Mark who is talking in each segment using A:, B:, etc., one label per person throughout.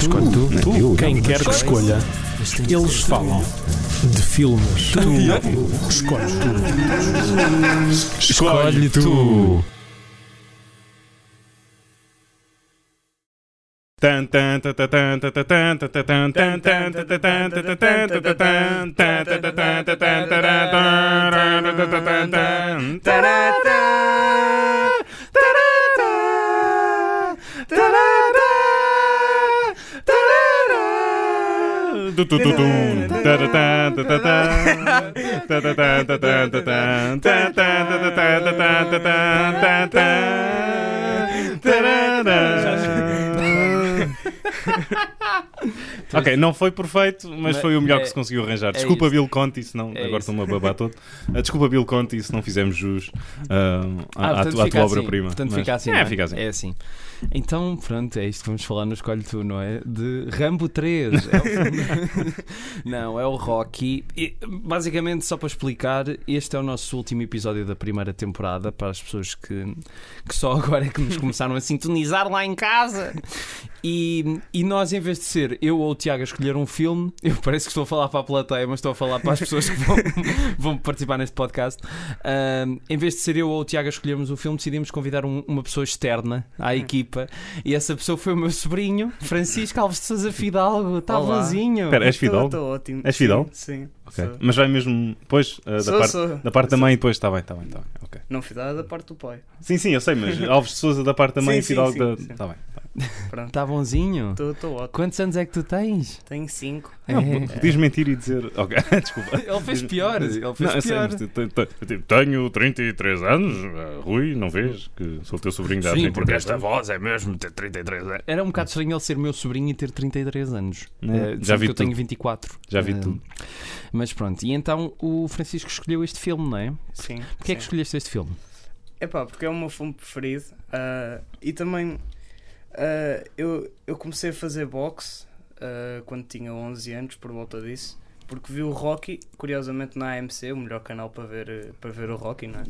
A: escolhe tu.
B: Não,
C: Tu,
B: eu,
C: quem
B: não.
C: quer que escolha, eles falam de filmes. Tu escolhe tu.
B: Escolhe tu. Ok, não foi perfeito, mas
D: Mas
B: foi o melhor que
D: é-
B: se conseguiu arranjar.
D: é
B: Desculpa,
D: isso.
B: Bill Conti, se não.
D: É
B: agora
D: isso.
B: estou-me a babar todo. Ah, Desculpa, Bill Conti, se não fizemos jus
D: Ah,
B: ah, à- à, tu-
D: portanto
B: à
D: fica
B: tua
D: assim,
B: obra-prima.
D: Portanto,
B: Mas-
D: fica assim.
B: É,
D: não é?
B: fica assim.
D: É assim. Então, pronto, é isto que vamos falar no Escolho Tu, não é? De Rambo 3. É o filme- não, é o Rocky. E, basicamente, só para explicar, este é o nosso último episódio da primeira temporada para as pessoas que, que só agora é que nos começaram a sintonizar lá em casa. E, e nós, em vez de ser eu ou o Tiago a escolher um filme, eu parece que estou a falar para a plateia, mas estou a falar para as pessoas que vão, vão participar neste podcast. Ahm, em vez de ser eu ou o Tiago a escolhermos o filme, decidimos convidar um- uma pessoa externa
B: Hum.
D: à equipa. E essa pessoa foi o meu sobrinho, Francisco Alves de Sousa Fidalgo. Está
E: Olá.
D: bonzinho.
B: Espera, és
E: Estou
B: fidel?
E: estou ótimo.
B: És fidel?
E: Sim. sim,
B: Ok.
E: sou.
B: Mas vai mesmo depois ah,
E: Sou,
B: da, parte,
E: sou.
B: da parte da mãe, depois está bem, está bem, está bem. ok.
E: Não fidel é da parte do pai.
B: Sim, sim, eu sei, mas Alves de Souza da parte da mãe
E: Sim,
B: e
E: sim,
B: Fidalgo
E: sim,
B: da.
E: sim.
C: Tá
B: Está bem.
E: Pronto.
D: Está Tá bonzinho.
E: Estou ótimo.
D: Quantos anos é que tu tens?
E: Tenho cinco.
B: Não,
D: É.
B: podias mentir e dizer. Ok, desculpa.
D: Ele fez pior. Ele fez
B: Não, eu sei,
D: pior.
B: mas te- te- te- te- Tenho 33 anos, ah, Rui, não vês? Que sou teu sobrinho de há
D: Sim, porque
B: 33 anos.
C: voz é mesmo de 33 anos.
D: Era um bocado estranho ele ser meu sobrinho e ter 33 anos.
B: Não,
D: Eh,
B: É. já
D: sendo
B: vi
D: que eu tenho
B: tudo.
D: 24.
B: Já vi
D: Eh,
B: tudo.
D: Mas pronto, e então o Francisco escolheu este filme, não é?
E: Sim.
D: Porquê é que escolheste este filme?
E: É pá, porque é o meu filme preferido. ah, e também ah, eu, eu comecei a fazer boxe ah, quando tinha 11 anos, por volta disso. Porque vi o Rocky, curiosamente na AMC, o melhor canal para ver, eh, para ver o Rocky, não é?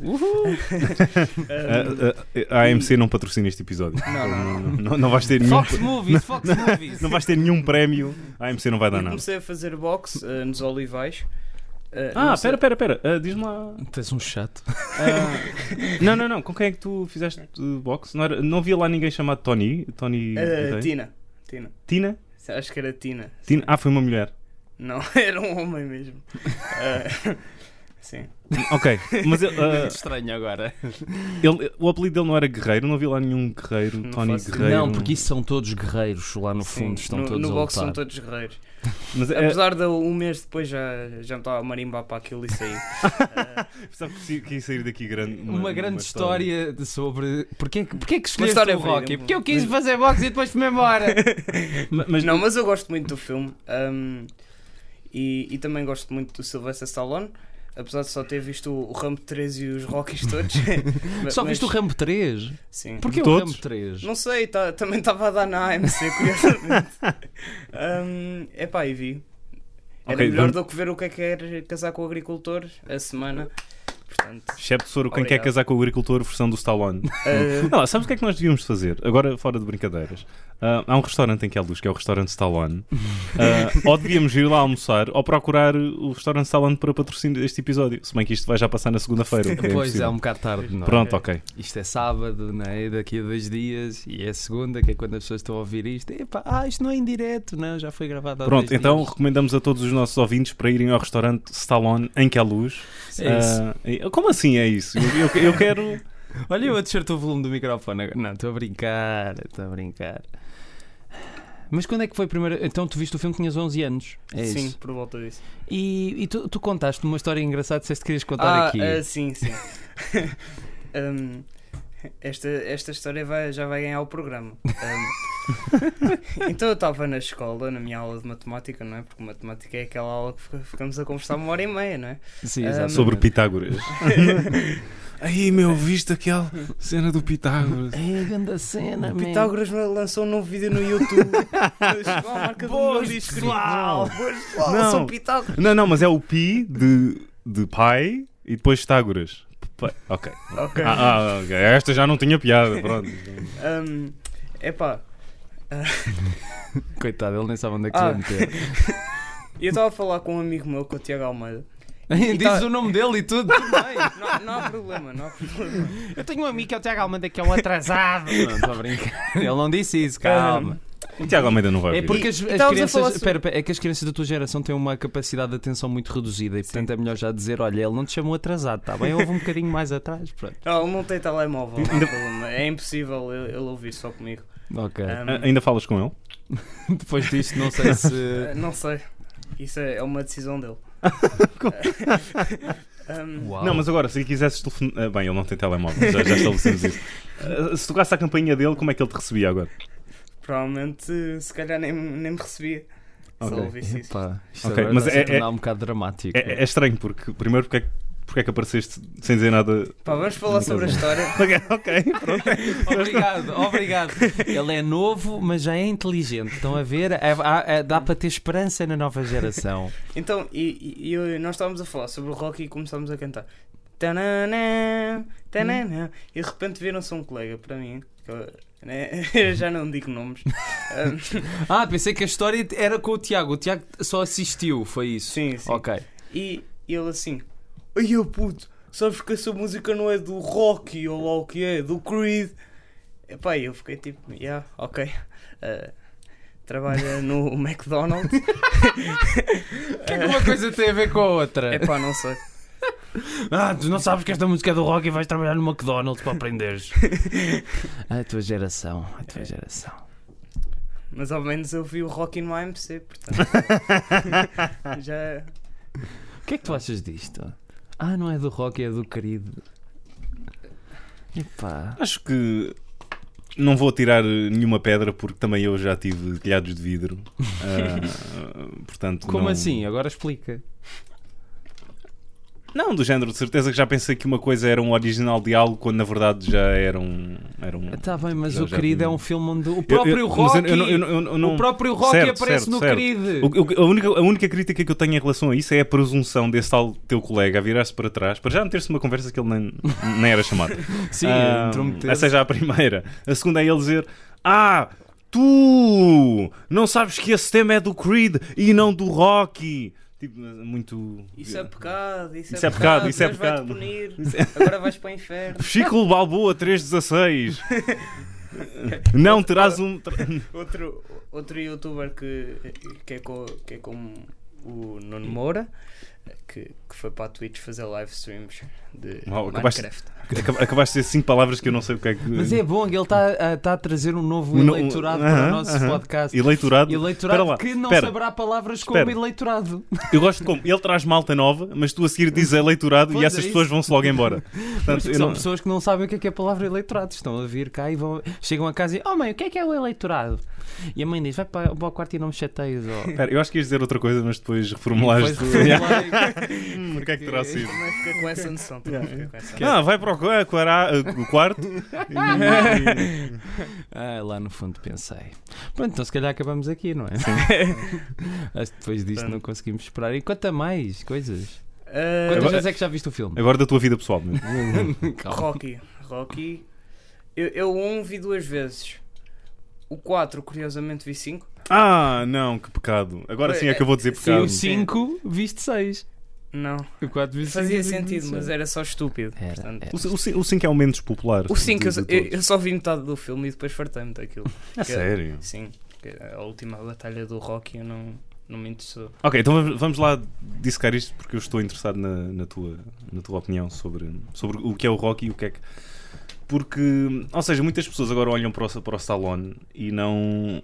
B: Ah, ah, A AMC não patrocina este episódio.
E: Não, não, não.
B: Não, não vais ter nenhum.
D: É Fox Movies, Fox Movies!
B: Não vais ter nenhum prémio. A AMC ah, não vai dar
E: E
B: nada.
E: comecei a fazer boxe ah, nos Olivais. Ah,
B: Ah,
E: não sei-
B: pera, pera, pera. Ah, Diz-me lá.
D: Tens um chato.
B: Ah, não, não, não. Com quem é que tu fizeste uh, boxe? Não, era, não havia lá ninguém chamado Tony? Tony.
E: Ah,
B: ok?
E: Tina. Tina.
B: Tina?
E: Acho que era Tina.
B: Tina? Ah, foi uma mulher.
E: Não, era um homem mesmo. Ah, sim.
B: Ok. Mas ele, ah,
D: É Estranho agora.
B: ele- o apelido dele não era Guerreiro. Não havia lá nenhum Guerreiro.
E: Não
B: Tony
E: faço
B: Guerreiro.
D: Não, porque isso são todos guerreiros lá no
E: Sim,
D: fundo, estão
E: no,
D: todos
E: no
D: a
E: boxe são
D: lutar.
E: todos guerreiros.
B: Mas é,
E: Apesar de um mês depois já, já me estava a marimbar para aquilo e saí.
B: sabe que, se- que ia sair daqui grande.
D: Uma, grande história de- sobre. Porquê, é que- porquê é que
E: Uma
D: escolheste
E: história
D: o Rocky?
E: verídica.
D: Porque eu quis fazer boxe e depois fui-me embora.
B: Ma- Mas
E: não, mas eu gosto muito do filme. hum, e, e também gosto muito do Sylvester Stallone. Apesar de só ter visto o Rambo 3 e os Rockies todos. Mas-
D: Só viste o
E: mas-
D: Rambo 3?
E: Sim.
D: Porquê o
B: Todos?
D: Rambo 3?
E: Não sei, tá- também estava a dar na AMC, curiosamente. Hum, epá, e vi. Era
B: Ok,
E: melhor
B: vamos-
E: do que ver o que é que era casar com o agricultor a semana. Portanto,
B: Excepto sobre quem quer
E: Obrigado.
B: casar com o agricultor, versão do Stallone.
E: ah,
B: Não, sabes o que é que nós devíamos fazer? Agora, fora de brincadeiras. Ah, há um restaurante em que há luz, que é o restaurante Stallone. Ah, ou devíamos ir lá almoçar ou procurar o restaurante Stallone para patrocínio deste episódio. Se bem que isto vai já passar na segunda-feira. o que é
D: Pois é,
B: impossível.
D: um bocado tarde, não é?
B: Pronto, ok.
D: Isto é sábado, não é? Daqui a dois dias e é segunda, que é quando as pessoas estão a ouvir isto. Epá, ah, isto não é em direto, não, já foi gravado há
B: Pronto,
D: dois
B: então
D: dias.
B: recomendamos a todos os nossos ouvintes para irem ao restaurante Stallone em que há luz.
D: É isso.
B: Ah, e- como assim é isso? Eu, eu- eu quero.
D: Olha, eu a descer o volume do microfone agora. Não, estou a brincar, estou a brincar. Mas quando é que foi a primeira. Então, tu viste o filme, tinhas 11 anos. É
E: sim,
D: isso.
E: por volta disso.
D: E, e tu, tu contaste uma história engraçada, disseste que querias contar
E: ah,
D: aqui.
E: ah, sim, sim. Hum, esta, esta história vai- já vai ganhar o programa. Hum, então eu estava na escola, na minha aula de matemática, não é? Porque matemática é aquela aula que fica- ficamos a conversar uma hora e meia, não é?
D: Sim,
E: ah,
D: exatamente.
B: Sobre Pitágoras. Aí, meu, viste aquela cena do Pitágoras?
D: É a grande cena, man.
E: Pitágoras lançou um novo vídeo no YouTube. Chegou à marca
D: Boa,
E: de milhões de
D: pessoal.
E: inscritos. Boas, pessoal,
B: Não.
E: sou Pitágoras.
B: Não, não, mas é o pi de, de pai e depois Pitágoras. Pai- Ok.
E: Ok.
B: Ah, ah, ok. Esta já não tinha piada, pronto.
E: Hum, epá. Ah,
D: Coitado, ele nem sabe onde é que
E: Ah.
D: se vai meter.
E: E eu estava a falar com um amigo meu, com o Tiago Almeida.
D: Dizes
E: tá-
D: o nome dele e tudo.
E: Não, não há problema, não há problema.
D: Eu tenho um amigo que é o Tiago Almeida que é um atrasado. Não, estou a brincar. Ele não disse isso, calma.
B: O Tiago Almeida não vai
D: É
B: ouvir.
D: porque as,
E: E- e
D: as
E: estávamos a
D: crianças.
E: falar sobre-
D: Pera, pera, é que as crianças da tua geração têm uma capacidade de atenção muito reduzida e portanto é melhor já dizer: olha, ele não te chamou atrasado, está bem? Houve um bocadinho mais atrás. Pronto.
E: Não, ele não tem telemóvel, não há problema. É impossível ele, ele ouvir só comigo.
D: Ok. Ah,
E: Ahm,
B: A- Ah, Ainda falas com ele?
D: Depois disto, não sei se.
E: eh, não sei. Isso é, é uma decisão dele. Ahm,
D: Uau.
B: Não, mas agora, se lhe quisesses telefone... ah, Bem, ele não tem telemóvel, já, já estabelecemos isso. Ah, se tocasse a campainha dele, como é que ele te recebia agora?
E: provavelmente, se calhar, nem, nem me recebia. Se
B: Ok.
E: ele ouvisse isso.
D: Epá, isto
B: Ok,
D: agora
B: mas
D: está-se a
B: é-
D: tornar um bocado dramático.
B: É, é estranho, porque primeiro, porque é, que- porque é que apareceste sem dizer nada?
E: Pá, vamos falar sobre a história.
B: Ok, ok, pronto.
D: Obrigado, obrigado. Ele é novo, mas já é inteligente. Estão a ver? É- há- é- dá para ter esperança na nova geração.
E: Então, e, e- e eu- nós estávamos a falar sobre o rock e começámos a cantar. Tananã, tananã. E de repente viram-se um colega para mim. que eu- né, eu já não digo nomes. Ahm,
D: Ah, pensei que a história era com o Tiago. O Tiago só assistiu, foi isso?
E: sim, sim.
D: Ok.
E: E ele assim: Ai, eu puto, sabes que essa música não é do rock ou lá o que é, do Creed. Epá, e eu fiquei tipo: Yeah, ok. Ah, trabalha no McDonald's.
D: O que é que uma coisa tem a ver com a
B: É.
D: outra?
E: Epá, não sei.
D: Ah, tu não sabes que esta música é do rock e vais trabalhar no McDonald's para aprenderes. a tua geração, a tua geração.
E: Mas ao menos eu vi o rock in my MC, portanto. já.
D: O que é que tu achas disto? Ah, não é do rock, é do querido. Epá.
B: Acho que não vou tirar eh, nenhuma pedra, porque também eu já tive telhados de vidro. Ah, portanto,
D: Como
B: não-
D: assim? Agora explica.
B: Não, do género, de certeza que já pensei que uma coisa era um original de algo, quando na verdade já era um... Era um...
D: Está Tá bem, mas
B: Já-
D: o
B: já
D: querido
B: vi.
D: é um filme onde o
B: Eu- eu-
D: Então, próprio
B: mas
D: rock.
B: eu- eu não- eu não- eu não-
D: O próprio rock
B: Certo,
D: aparece
B: certo,
D: no
B: certo.
D: querido.
B: O- o- a, única, a única crítica que eu tenho em relação a isso é a presunção desse tal teu colega a virar-se para trás, para já meter-se numa conversa que ele nem, nem era chamado.
D: Sim,
B: Ah,
D: intrometeu-se.
B: essa é já a primeira. A segunda é ele dizer: Ah, tu não sabes que esse tema é do Creed e não do Rocky. Tipo, muito.
E: Isso é pecado, isso,
B: Isso é pecado, isso é
E: Deus vai-te
B: pecado. é
E: punir, agora vais para o inferno.
B: Chico Balboa 316. não terás um.
E: Outro, outro youtuber que, que, é co- que é como o Nuno Moura, que, que foi para a Twitch fazer live streams de
B: Uau, acabaste-
E: Minecraft.
B: Acab- Acabaste de dizer cinco palavras que eu não sei o que é que.
D: Mas é bom que ele está a, tá a trazer um novo
B: No-
D: eleitorado para
B: Aham,
D: o nosso
B: aham.
D: podcast.
B: Eleitorado. Espera
D: Eleitorado
B: lá,
D: que não
B: espera.
D: saberá palavras como
B: Espera.
D: eleitorado.
B: Eu gosto de como ele traz malta nova, mas tu a seguir dizes eleitorado
D: Pois
B: e
D: é
B: essas
D: isso.
B: pessoas vão-se logo embora.
D: Mas
B: Portanto, eu
D: são
B: não-
D: pessoas que não sabem o que é, que é a palavra eleitorado. Estão a vir cá e vão... chegam a casa e oh mãe, o que é que é o eleitorado? E a mãe diz: vai para, para o quarto e não me chateias. ó."
B: Espera, eu acho que ias dizer outra coisa, mas depois
D: Depois
B: reformulaste.
D: reformulei.
B: Hum, Porque é que terá sido?
E: Também fiquei com essa noção. Também fiquei com essa noção.
B: Ah, vai para o qua- quara- eh, o quarto. E-
D: Ah, lá no fundo pensei. Pronto, então se calhar acabamos aqui, não é? Acho que depois disto não conseguimos esperar. E quanto a mais coisas?
E: Ah,
D: Quantas
B: Agora-
D: vezes é que já viste o filme?
B: Agora da tua vida pessoal mesmo. Então.
D: Calma.
E: Rocky. Rocky. Eu, eu o um vi duas vezes. O 4, curiosamente, vi 5.
B: Ah, não, que pecado. Agora sim é que eu vou dizer
D: E o
B: pecado.
D: 5, viste 6.
E: Não.
D: O 4 viste
E: Fazia
D: seis,
E: sentido,
D: viste
E: mas
D: seis.
E: era só estúpido.
D: Era,
E: portanto.
D: era.
B: O ci- O 5 é o menos popular.
E: O 5,
B: de- de
E: eu,
B: todos.
E: eu só vi metade do filme e depois fartei-me daquilo.
B: A sério.
E: Sim, que a última batalha do Rocky eu não, não me interessou.
B: Ok, então vamos- vamos lá dissecar isto porque eu estou interessado na, na tua, na tua opinião sobre, sobre o que é o rock e o que é que. Porque, ou seja, muitas pessoas agora olham para o, para o Stallone e não.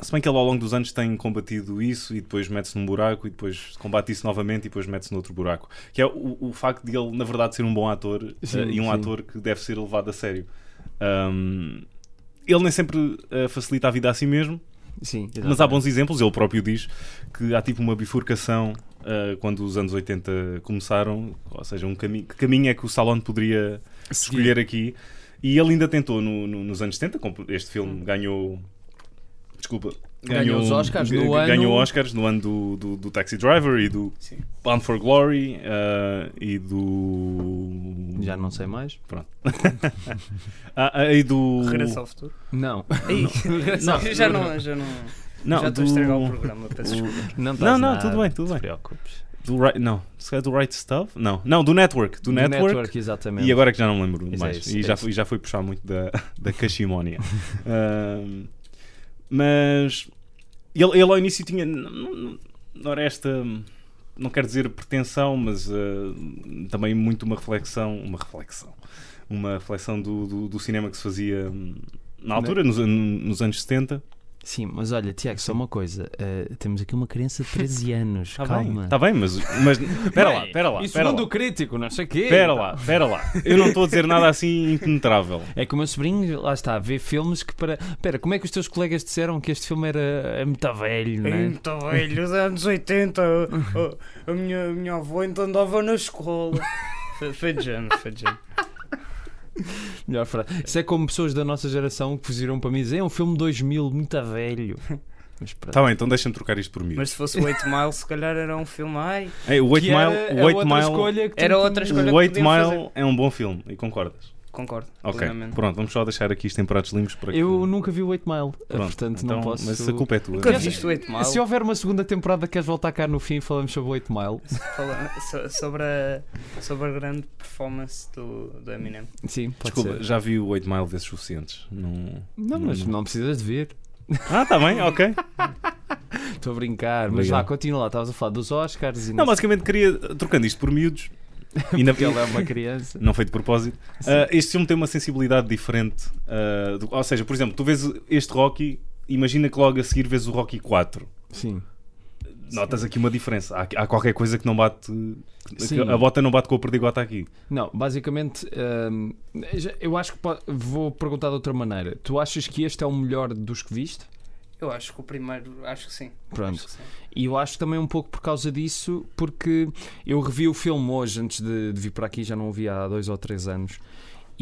B: Se bem que ele ao longo dos anos tem combatido isso e depois mete-se num buraco e depois combate isso novamente e depois mete-se noutro buraco. Que é o, o facto de ele, na verdade, ser um bom ator eh,
D: Sim,
B: e um
D: sim.
B: ator que deve ser levado a sério. Ahm, ele nem sempre eh, facilita a vida a si mesmo,
D: Sim,
B: mas há bons exemplos, ele próprio diz que há tipo uma bifurcação ah, quando os anos 80 começaram, ou seja, um caminho, que caminho é que o Stallone poderia escolher aqui. E ele ainda tentou no- no- nos anos 70, como este filme ganhou. Desculpa,
D: Ganhou os Oscars no ano-
B: ganhou Oscars no ano do, do, do Taxi Driver e do
E: Sim.
B: Bound for Glory eh, e do.
D: Já não sei mais.
B: Ah, ah, e do.
E: Regresso ao futuro.
D: Não.
E: Ei,
D: Não.
E: já não, já não,
B: Não,
E: já estou
B: do...
E: a estragar o programa, peço desculpa.
B: o-
D: Não,
B: Não,
D: estás
B: não,
D: nada,
B: tudo bem, tudo
D: Não te
B: bem.
D: preocupes.
B: Do right, não, se calhar do Right Stuff? Não, não, do Network. Do, network,
D: exatamente.
B: E agora é que já não me lembro
D: Isso é
B: mais.
D: isso,
B: e,
D: é
B: já
D: isso.
B: fui, já fui puxar muito da, da Cachimónia. Ahm, mas ele, ele ao início tinha. n- n- Não era esta. Não quero dizer pretensão, mas ah, também muito uma reflexão. Uma reflexão. Uma reflexão do, do, do cinema que se fazia hum, na altura, nos, an- nos anos 70.
D: Sim, mas olha, Tiago, só uma coisa. eh, temos aqui uma criança de 13 anos.
B: Está Tá bem,
D: calma.
B: está bem, mas. mas pera lá, pera lá.
D: E
B: Pera
D: segundo
B: lá.
D: o crítico, não sei o quê.
B: Pera lá, pera lá. Eu não estou a dizer nada assim impenetrável.
D: É que o meu sobrinho, lá está, vê filmes que para. Pera, como é que os teus colegas disseram que este filme era é muito velho,
B: né?
D: não
E: Ei,
D: é?
E: muito velho, os anos 80, a- a, a minha, a minha avó então andava na escola. Foi- Foi de género, foi de género.
D: Melhor frase. Isso é como pessoas da nossa geração que viram para mim e dizem: é um filme 2000, muito velho. Mas pronto.
B: Está bem, então deixa-me trocar isto por mim.
E: Mas se fosse o 8 Mile, se calhar era um filme. Ai,
B: Ei, o 8
D: Que era
B: Mile,
D: a
B: o 8
D: outra
B: mile,
D: escolha que tu
E: Era
D: tinhas.
E: outra escolha. que
B: o 8
E: podíamos
B: mile é um bom filme, e concordas?
E: concordo.
B: Ok,
E: plenamente.
B: pronto, vamos só deixar aqui isto em pratos limpos para que...
D: Eu nunca vi o 8 Mile,
B: Pronto,
D: portanto
B: então,
D: não posso.
B: Mas a culpa é tua.
E: Nunca
B: não é?
E: viste o 8 Mile?
D: Se houver uma segunda temporada, queres voltar cá no fim e falamos sobre o 8 Mile?
E: Fala- so- sobre, a, sobre a grande performance do, do Eminem.
D: Sim, pode
B: Desculpa,
D: ser.
B: já vi o 8 Mile vezes suficientes. Não...
D: Não, mas não precisas de ver.
B: Ah, está bem, ok.
D: Estou a brincar, mas
B: Obrigado.
D: lá, continua lá. Estavas a falar dos Oscars e
B: Não, basicamente queria, trocando isto por miúdos, e na-
D: porque ele é uma criança.
B: não foi de propósito, ah, este filme tem uma sensibilidade diferente. ah, do- Ou seja, por exemplo, tu vês este Rocky, imagina que logo a seguir vês o Rocky 4.
D: Sim.
B: Notas aqui uma diferença. Há, há qualquer coisa que não bate. que
D: Sim.
B: a bota não bate com a perdigota aqui.
D: Não, basicamente, hum, já- eu acho que po- vou perguntar de outra maneira. Tu achas que este é o melhor dos que viste?
E: Eu acho que o primeiro, acho que sim.
D: Pronto.
E: Acho que sim.
D: E eu acho também um pouco por causa disso, porque eu revi o filme hoje antes de, de vir para aqui, já não o vi há dois ou três anos.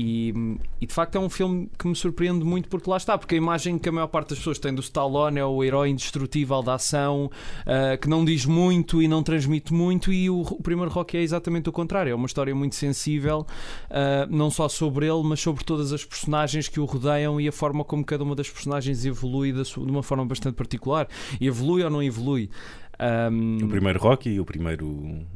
D: E, e, de facto é um filme que me surpreende muito porque lá está, porque a imagem que a maior parte das pessoas tem do Stallone é o herói indestrutível da ação, ah, que não diz muito e não transmite muito, e o, o primeiro Rocky é exatamente o contrário, é uma história muito sensível, ah, não só sobre ele, mas sobre todas as personagens que o rodeiam e a forma como cada uma das personagens evolui da su- de uma forma bastante particular. Evolui ou não evolui? Ahm,
B: O primeiro Rocky, o primeiro.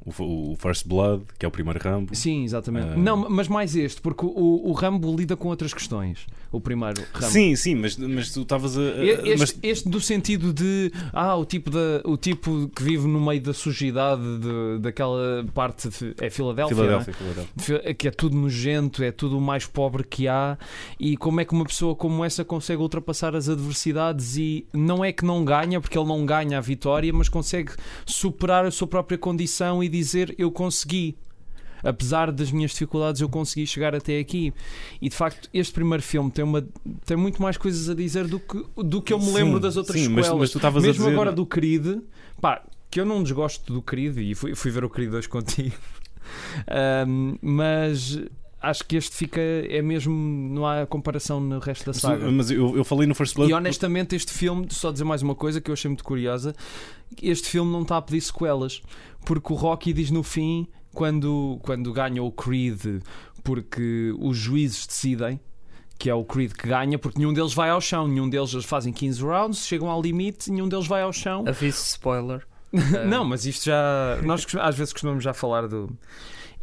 B: O, o First Blood, que é o primeiro Rambo.
D: Sim, exatamente.
B: Ah.
D: Não, mas mais este, porque o, o Rambo lida com outras questões. O primeiro Rambo.
B: Sim, sim, mas, mas tu estavas a. a-
D: E- Este,
B: mas-
D: este do sentido de ah, o tipo, da, o tipo que vive no meio da sujidade de- daquela parte de, é Filadélfia, não é?
B: Filadélfia, Filadélfia.
D: Fi- que é tudo nojento, é tudo o mais pobre que há, e como é que uma pessoa como essa consegue ultrapassar as adversidades e não é que não ganha, porque ele não ganha a vitória, mas consegue superar a sua própria condição e dizer eu consegui. Apesar das minhas dificuldades, eu consegui chegar até aqui. E de facto, este primeiro filme tem, uma, tem muito mais coisas a dizer do que, do que eu me lembro
B: Sim,
D: das outras
B: sim, mas,
D: escolas.
B: mas tu estavas a
D: Mesmo
B: dizer.
D: agora do Creed, pá, que eu não desgosto do Creed e fui, fui ver o Creed 2 contigo, Ahm, mas acho que este fica, é mesmo, não há comparação no resto da
B: mas-
D: saga.
B: Mas eu, eu falei no First Blood.
D: E honestamente, este filme, só dizer mais uma coisa que eu achei muito curiosa: este filme não está a pedir sequelas, porque o Rocky diz no fim, quando, quando ganha o Creed, porque os juízes decidem. Que é o Creed que ganha, porque nenhum deles vai ao chão, nenhum deles eles fazem 15 rounds, chegam ao limite, nenhum deles vai ao chão.
E: Aviso spoiler.
D: Não, mas isto já. Nós costum- às vezes costumamos já falar do.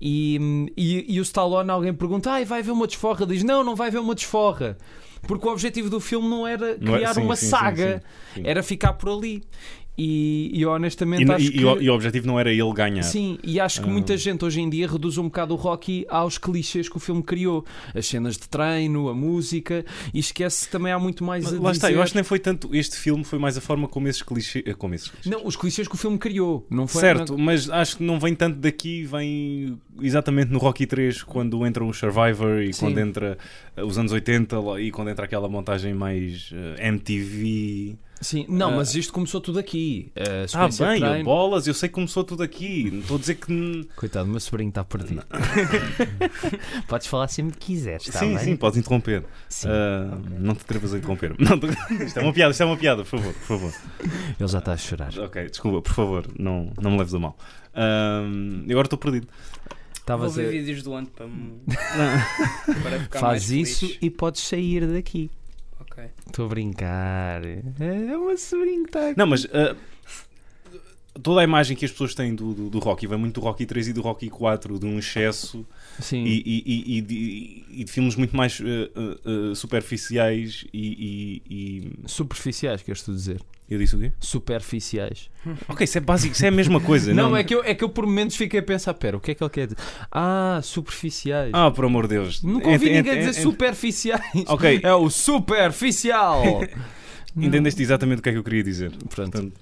D: E, e, e o Stallone, alguém pergunta: Ai, vai haver uma desforra? Diz: Não, não vai haver uma desforra. Porque o objetivo do filme não era criar
B: Não é- sim,
D: uma
B: sim, sim,
D: saga,
B: sim, sim.
D: era ficar por ali. E, e eu honestamente
B: E,
D: acho
B: e-
D: que.
B: e o- Ah. e o objetivo não era ele ganhar.
D: Sim, e acho que muita gente hoje em dia reduz um bocado o Rocky aos clichês que o filme criou. As cenas de treino, a música, e esquece que também há muito mais
B: Mas
D: a
B: lá está,
D: dizer.
B: eu acho que nem foi tanto. Este filme foi mais a forma como esses clichês. Como esses clichês.
D: Não, os clichês que o filme criou, não foi?
B: Certo, mas acho que não vem tanto daqui, vem exatamente no Rocky 3, quando entra o Survivor e
D: Sim.
B: quando entra eh, os anos 80 lá- e quando entra aquela montagem mais eh, MTV.
D: Sim, não,
B: Ah.
D: mas isto começou tudo aqui. A
B: Ah,
D: sequência de
B: bem, eu
D: treino-
B: bolas, eu sei que começou tudo aqui. Não Estou a dizer que. n-
D: Coitado, o meu sobrinho está perdido. Podes falar sempre que quiseres, está
B: sim,
D: bem?
B: sim, podes interromper.
D: Sim.
B: Ah, Não te atrevas a interromper. Não, tô- isto é uma piada, isto é uma piada, por favor, por favor.
D: Ele já está a chorar.
B: Ok, desculpa, por favor, não, não me leves a mal. Ah, e agora estou perdido.
E: Vou
D: Estavas
E: ver
D: a...
E: vídeos do ano para, me- para ficar mais
D: Faz isso
E: feliz.
D: e podes sair daqui.
E: Ok.
D: Estou a brincar. É o meu sobrinho que está aqui.
B: Não, mas ah, toda a imagem que as pessoas têm do, do, do Rocky vem muito do Rocky 3 e do Rocky 4, de um excesso
D: Sim.
B: e, e- e- e de, e de filmes muito mais ah, ah, ah, superficiais e, e- e-
D: Superficiais, queres tu dizer?
B: Eu disse o
D: Hum.
B: quê?
D: Superficiais.
B: Ok, isso é básico, isso é a mesma coisa.
D: Não, é, que eu, é que eu por momentos fiquei a pensar: pera, o que é que ele quer dizer? Ah, superficiais.
B: Ah, por amor de Deus.
D: Nunca
B: Ent-
D: ouvi
B: ent-
D: ninguém
B: ent-
D: dizer superficiais.
B: Ok,
D: É o superficial. Não.
B: entendeste exatamente o que é que eu queria dizer.
D: Pronto.
B: Portanto,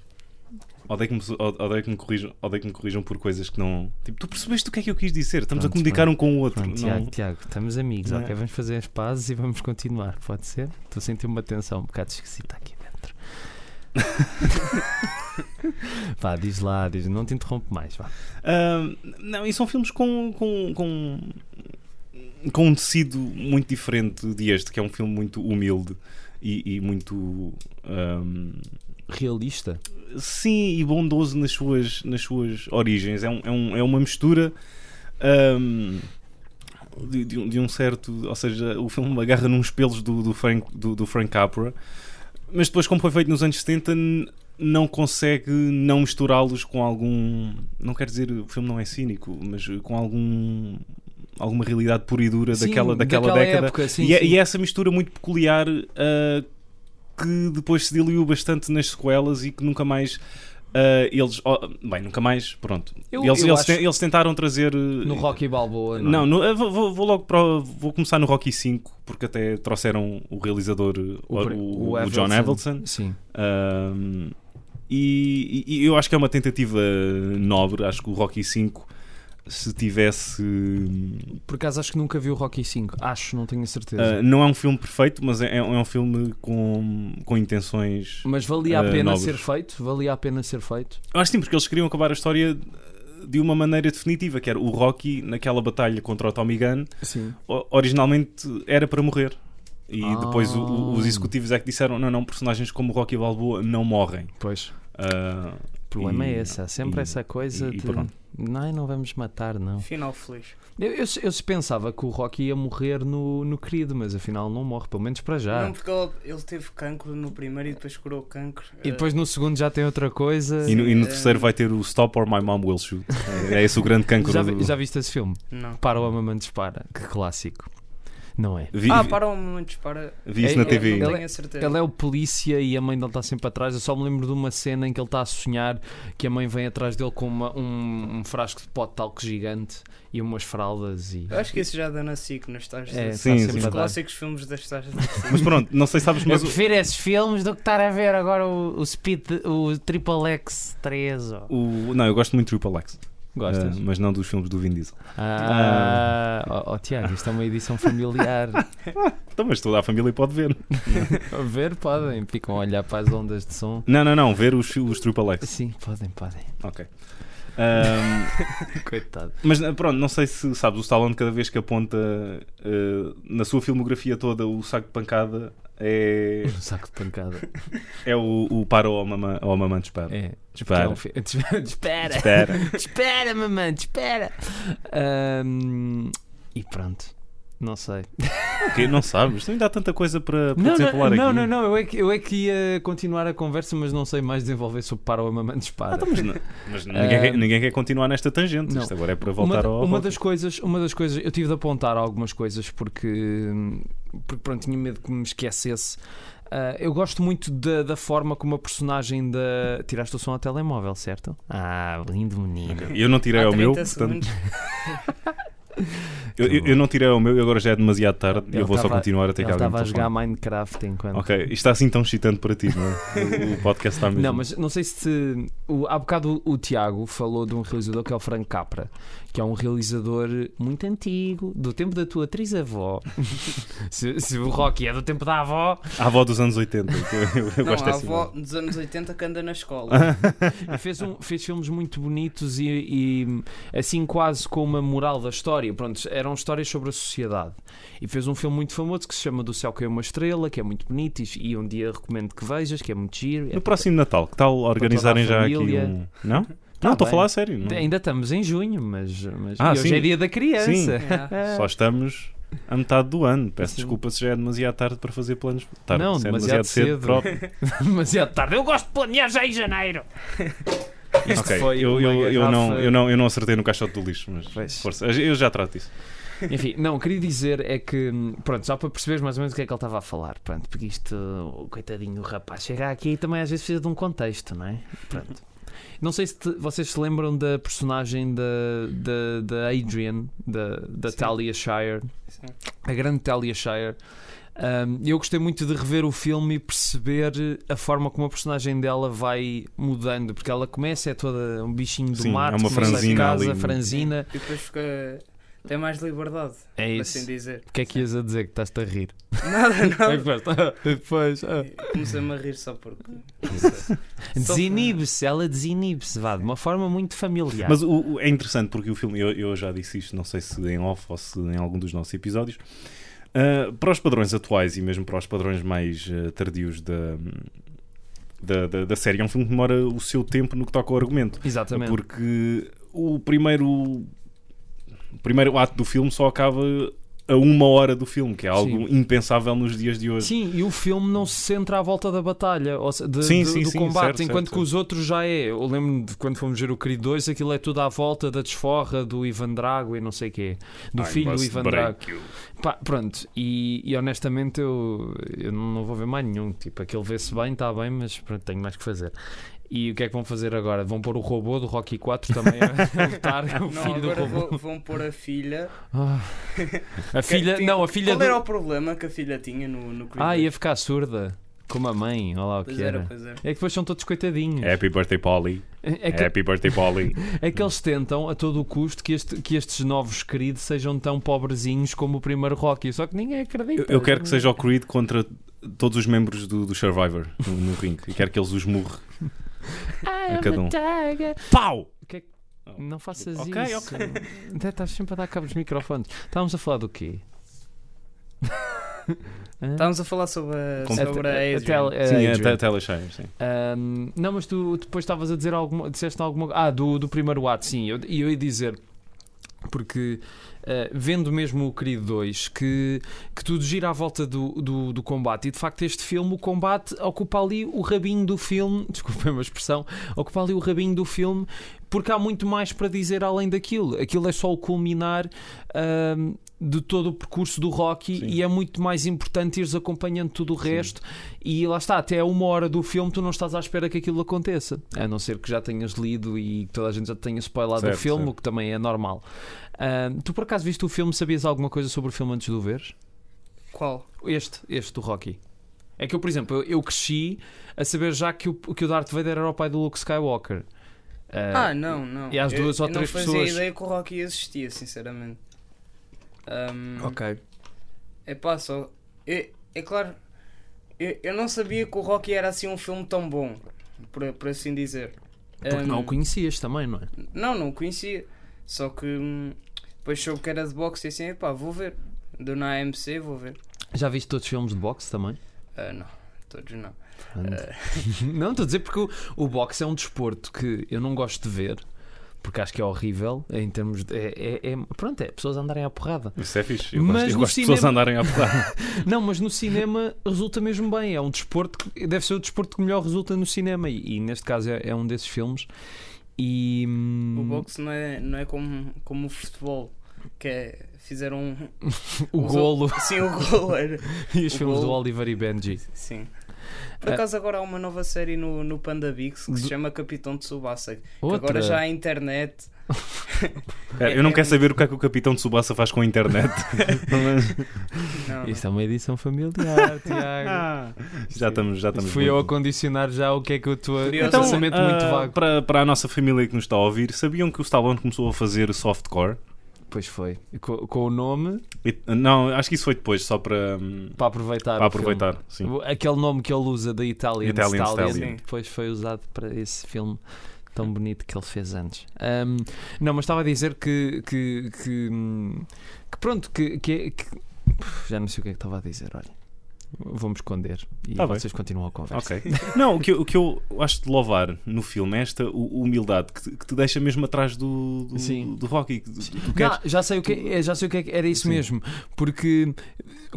B: odeio que me, odeio que me corrijam, odeio que me corrijam por coisas que não. Tipo, tu percebeste o que é que eu quis dizer? Estamos a
D: Pronto,
B: comunicar
D: pronto,
B: um com o outro.
D: Pronto,
B: não...
D: Tiago, Tiago, estamos amigos,
B: Não é?
D: ok? Vamos fazer as pazes e vamos continuar, pode ser? Estou a sentir uma tensão um bocado esquisita aqui dentro. vá, diz lá, diz, não te interrompo mais, vá.
B: Ah, não, e são filmes com. com, com... Com um tecido muito diferente de este, que é um filme muito humilde e, e muito ahm,
D: Realista?
B: sim e bondoso nas suas, nas suas origens. É, um, é, um- é uma mistura ahm, de, de um, de um certo. Ou seja, o filme agarra nos pelos do, do, Frank, do, do Frank Capra, mas depois, como foi feito nos anos 70, n- não consegue não misturá-los com algum. Não quer dizer o filme não é cínico, mas com algum. Alguma realidade pura e dura daquela, daquela, década.
D: Época, sim,
B: E, é-
D: sim.
B: e é essa mistura muito peculiar ah, que depois se diluiu bastante nas sequelas e que nunca mais ah, eles. ó, bem, nunca mais. Pronto.
D: Eu-
B: eles,
D: eu
B: eles
D: acho-
B: te- eles tentaram trazer. ah,
D: No Rocky Balboa, não,
B: é-
D: é?
B: Não, no- eu vou, vou- vou logo para. o- Vou começar no Rocky 5, porque até trouxeram o realizador, o,
D: O- o
B: o- o John
D: Avildsen.
B: Avildsen.
D: Sim.
B: Ahm, e, e- e eu acho que é uma tentativa nobre. Acho que o Rocky 5, se tivesse.
D: Por acaso acho que nunca vi o Rocky 5. Acho, não tenho a certeza.
B: Uh, não é um filme perfeito, mas é, é um é um filme com, com intenções.
D: Mas valia a
B: uh,
D: pena
B: novos.
D: ser feito? Valia a pena ser feito?
B: Eu acho que sim, porque eles queriam acabar a história de uma maneira definitiva, que era o Rocky naquela batalha contra o Tommy Gunn,
D: Sim.
B: o- originalmente era para morrer. E
D: Ah.
B: depois o- o- os executivos é que disseram: não, não, personagens como o Rocky Balboa não morrem.
D: Pois.
B: Ah,
D: O problema
B: E-
D: é esse. Há sempre
B: e-
D: essa coisa
B: e- e
D: de.
B: pronto.
D: não, não vamos matar, não.
E: Final feliz.
D: Eu, eu, eu se pensava que o Rocky ia morrer no, no querido, mas afinal não morre, pelo menos para já.
E: Não, porque ele, ele teve cancro no primeiro e depois curou o cancro. eh,
D: E depois no segundo já tem outra coisa.
B: e, no, e no
E: Ah.
B: terceiro vai ter o Stop or My Mom Will Shoot. É esse o grande cancro.
D: Já,
B: do-
D: vi- já viste esse filme?
E: Não.
D: Para o Amamã Dispara, que clássico. Não é?
B: Vi,
E: Ah,
B: vi-
E: para um momento, para.
B: vi isso
D: é-
B: na
D: é-
B: TV.
E: Eu não
D: Ele-
E: tenho a certeza.
D: Ele é o polícia e a mãe dele está sempre atrás. Eu só me lembro de uma cena em que ele está a sonhar que a mãe vem atrás dele com uma- um, um frasco de pó de talco gigante e umas fraldas e.
E: Eu acho que isso já dá na SIC nos tais
D: É,
B: Sim,
D: está
B: sim.
D: sempre
E: Os
D: a dar.
E: clássicos filmes das tais
B: Mas pronto, não sei se sabes,
D: Eu
B: mas o-
D: prefiro esses filmes do que estar a ver agora o, o Speed, o Triple X 3. ou-
B: o- Não, eu gosto muito do Triple X.
D: Gostas?
B: Ah, mas não dos filmes do Vin Diesel.
D: Ah, oh, oh, Tiago, isto é uma edição familiar.
B: Então, mas toda a família pode ver.
D: a ver, podem, ficam a olhar para as ondas de som.
B: Não, não, não, ver os, os Triple X.
D: Sim, podem, podem.
B: Ok. Ahm,
D: Coitado.
B: mas ah, pronto, não sei se sabes, o Stallone cada vez que aponta ah, na sua filmografia toda o saco de pancada é,
D: Um saco de pancada.
B: é o, o para ou mamã, ou mamã dispara.
D: É.
B: Dispara.
D: porque é um fi- Espera. Espera,
B: Espera.
D: espera, mamãe, espera. Ahm, e pronto. Não sei.
B: Ok, não sabes, ainda há tanta coisa para, para
D: Não,
B: desenrolar
D: não, não,
B: aqui.
D: não, não, eu é, que, eu é que ia continuar a conversa, mas não sei mais desenvolver sobre para o amamante
B: Ah,
D: espada.
B: então, mas, não- mas ninguém, quer,
D: Ahm.
B: ninguém quer continuar nesta tangente.
D: Não.
B: Isto agora é para
D: uma,
B: voltar
D: da-
B: ao.
D: uma
B: ao-
D: das coisas uma das coisas eu tive de apontar algumas coisas porque, porque pronto tinha medo que me esquecesse Ah, eu gosto muito da, da forma como a personagem da tiraste o som ao telemóvel certo ah lindo menino
B: Eu não tirei
E: Há
B: ao meu,
E: 30
B: portanto,
E: segundos.
B: Eu, eu- eu não tirei o meu e agora já é demasiado tarde e
F: Ele
B: eu vou só
F: tava-
B: continuar até
F: Ele
B: que alguém
F: estava a
B: me
F: jogar
B: telefone.
F: Minecraft enquanto.
B: Ok, isto está assim tão excitante para ti, não é? O podcast está mesmo.
D: Não, mas não sei se. te- o- há bocado o, o Tiago falou de um realizador que é o Frank Capra, que é um realizador muito antigo, do tempo da tua atriz-avó. se, se o Rocky é do tempo da avó,
B: A avó dos anos 80, que eu, eu
E: Não,
B: gosto é assim,
E: a
B: dessa
E: avó
B: imagem.
E: dos anos 80 que anda na escola.
D: e fez, um- fez filmes muito bonitos e, e, assim quase com uma moral da história. Pronto, eram histórias sobre a sociedade. E fez um filme muito famoso que se chama Do Céu Que é uma Estrela, que é muito bonito e, e um dia recomendo que vejas, que é muito giro.
B: No próximo Natal, que tal organizarem
D: toda a
B: já aqui
D: família.
B: um. Não?
D: Tá
B: não, estou
D: bem.
B: a falar a sério. não. é?
D: Ainda estamos em junho, mas, mas
B: Ah,
D: e hoje
B: sim.
D: é dia da criança.
B: Sim.
D: É.
E: Yeah.
B: Só estamos a metade do ano. Peço
D: Sim.
B: desculpa se já é demasiado tarde para fazer planos. Tarde,
D: Não,
B: se é
D: demasiado cedo.
B: próprio.
D: demasiado é tarde. Eu gosto de planear já em janeiro. Isto
B: Ok,
D: foi
B: eu,
D: uma
B: eu, eu,
D: garrafa-
B: não, eu, não, eu não acertei no caixote do lixo, mas
D: Pois.
B: força, eu já trato isso.
D: Enfim, não, queria dizer é que, hum, pronto, só para perceberes mais ou menos o que é que ele estava a falar, pronto, porque isto, o coitadinho, o rapaz chega aqui e também às vezes precisa de um contexto, não é? Pronto. Não sei se te- vocês se lembram da personagem da, da, da Adrian, da, da
E: Sim.
D: Talia Shire,
E: Sim.
D: a grande Talia Shire. Hum, eu gostei muito de rever o filme e perceber a forma como a personagem dela vai mudando, porque ela começa é toda um bichinho do
B: Sim, é
D: mato,
B: uma
D: começa de
B: franzina
D: casa,
B: ali.
D: franzina.
E: E depois fica. tem mais liberdade,
D: É
E: por
D: isso.
E: assim dizer.
D: O que é que É ias a dizer que estás-te a rir?
E: Nada, nada.
D: Depois.
B: ah.
E: Comecei-me a rir só porque.
D: Desinibe-se, ela desinibe-se, vá, de uma forma muito familiar.
B: Mas o- o- é interessante porque o filme, eu, eu já disse isto, não sei se em off ou se em algum dos nossos episódios. ah, para os padrões atuais e mesmo para os padrões mais ah, tardios da, da, da, da série, é um filme que demora o seu tempo no que toca ao argumento.
D: Exatamente.
B: Porque o primeiro, o primeiro ato do filme só acaba a uma hora do filme, que é algo impensável nos dias de hoje.
D: Sim, e o filme não se centra à volta da batalha, ou se- de-
B: Sim,
D: do,
B: sim,
D: do
B: sim,
D: combate,
B: certo,
D: enquanto
B: certo,
D: que os outros já é. Eu lembro-me de quando fomos ver o Creed 2, aquilo é tudo à volta da desforra do Ivan Drago e não sei o quê, do
B: I
D: filho do
B: must
D: Ivan
B: break
D: Drago.
B: you.
D: Pá, pronto, e, e honestamente eu, eu não vou ver mais nenhum. Tipo, aquele vê-se bem, está bem, mas pronto, tenho mais que fazer. E o que é que vão fazer agora? Vão pôr o robô do Rocky 4 também a lutar o
E: Não,
D: filho do
E: agora
D: robô.
E: vou- vão pôr a filha.
D: Ah. A filha,
E: tem-
D: não, a filha
E: Qual era
D: do...
E: o problema que a filha tinha no, no Creed?
D: Ah, ia ficar surda, como a mãe, olha lá o
E: Pois
D: que
E: era,
D: era.
E: pois era.
D: É que depois são todos coitadinhos.
B: Happy birthday, Polly.
D: É que,
B: Happy birthday, Polly.
D: é que eles tentam a todo o custo que, este- que estes novos queridos sejam tão pobrezinhos como o primeiro Rocky. Só que ninguém acredita.
B: Eu, eu quero que seja o Creed contra todos os membros do, do Survivor no, no ringue. E quero que eles os murre
D: Ah, é
B: a cada um. Pau!
D: Não faças
B: Ok,
D: isso. Até estás sempre a dar cabo dos microfones. Estávamos a falar do quê? Hã?
E: Estávamos a falar sobre a,
B: Como-
E: sobre a
D: Até-
E: Adrian.
D: até ela- a
B: Sim,
D: Adrian.
B: até Taylor Shire, sim.
D: Ahm, não, mas tu depois estavas a dizer alguma. Disseste alguma Ah, do, do primeiro ato, sim. E eu, eu ia dizer. Porque ah, vendo mesmo o Querido 2 que, que tudo gira à volta do, do, do combate, e de facto este filme, o combate ocupa ali o rabinho do filme, desculpem a expressão, ocupa ali o rabinho do filme, porque há muito mais para dizer além daquilo. Aquilo é só o culminar ahm, de todo o percurso do Rocky
B: Sim.
D: e é muito mais importante ires acompanhando tudo o
B: Sim.
D: resto. E lá está, até uma hora do filme tu não estás à espera que aquilo aconteça. A não ser que já tenhas lido e que toda a gente já tenha spoilado o
B: Certo,
D: filme,
B: certo.
D: o que também é normal. Ahm, tu por acaso viste o filme, sabias alguma coisa sobre o filme antes de o veres?
E: Qual?
D: Este, este do Rocky. É que eu, por exemplo, eu, eu cresci a saber já que o, que o Darth Vader era o pai do Luke Skywalker.
E: Ah, não, não.
D: É. e às
E: Eu-
D: duas ou
E: eu
D: três
E: Não
D: pessoas.
E: fazia ideia que o Rocky existia, sinceramente. Ahm,
D: Ok.
E: É pá, só. É, é claro. Eu, eu não sabia que o Rocky era assim um filme tão bom, por, por assim dizer.
D: Porque
E: Ahm,
D: não o conhecias também, não é?
E: Não, não o conhecia. Só que hum, depois soube que era de boxe e assim, epá, vou ver. Deu na AMC, vou ver.
D: Já viste todos os filmes de boxe também?
E: Ah, não, todos não. É.
D: não, estou a dizer porque o, o boxe é um desporto que eu não gosto de ver. Porque acho que é horrível em termos de. é- é- é- pronto, é pessoas andarem à porrada.
B: Isso é fixe. Eu
D: Mas
B: gosto, eu
D: no
B: gosto de pessoas
D: cinema-
B: andarem a falar.
D: Não, mas no cinema resulta mesmo bem. É um desporto que deve ser o desporto que melhor resulta no cinema. E, e neste caso é, é um desses filmes. E.
E: O
D: hum,
E: boxe não é, não é como, como o futebol, que é. Fizeram um.
D: o
E: os
D: golo
E: Sim, o gol era.
D: e os
E: o
D: filmes do
E: golo.
D: Oliver e Benji.
E: Sim. Por
D: Ah.
E: acaso agora há uma nova série no, no Panda Bix que
D: Do-
E: se chama Capitão Tsubasa. que é
D: Outra.
E: Agora já há internet.
B: Cara, eu não quero saber o que é que o Capitão de Subasa faz com a internet.
E: Não, não.
D: Isto é uma edição familiar, Tiago.
B: Ah, já estamos, já estamos.
D: Fui
B: muito-
D: eu a condicionar já o que é que eu estou a.
E: Curioso.
D: Então, pensamento
B: ah,
D: muito vago.
B: Para, para a nossa família que nos está a ouvir, sabiam que o Stallone começou a fazer softcore?
D: Pois foi. Com, com o nome,
B: E- não, acho que isso foi depois, só para, hum,
D: para aproveitar.
B: para
D: o Ah, filme.
B: aproveitar. Sim.
D: O- Aquele nome que ele usa da Italian,
B: Italian
D: Stallion,
E: Stallion.
D: depois foi usado para esse filme tão bonito que ele fez antes. Ahm, não, mas estava a dizer que. que, que, hum, que pronto, que, que- que- Já não sei o que é que estava a dizer, olha. Vou-me esconder e
B: Tá bem.
D: vocês continuam a conversa.
B: Ok. Não, o que, eu- o que eu acho de louvar no filme é esta hu- humildade que te, que te deixa mesmo atrás do, do,
D: Sim.
B: do Rocky. que tu- tu
D: Não,
B: queres.
D: já sei o que é- já sei o que é que- era isso
B: Sim.
D: mesmo, porque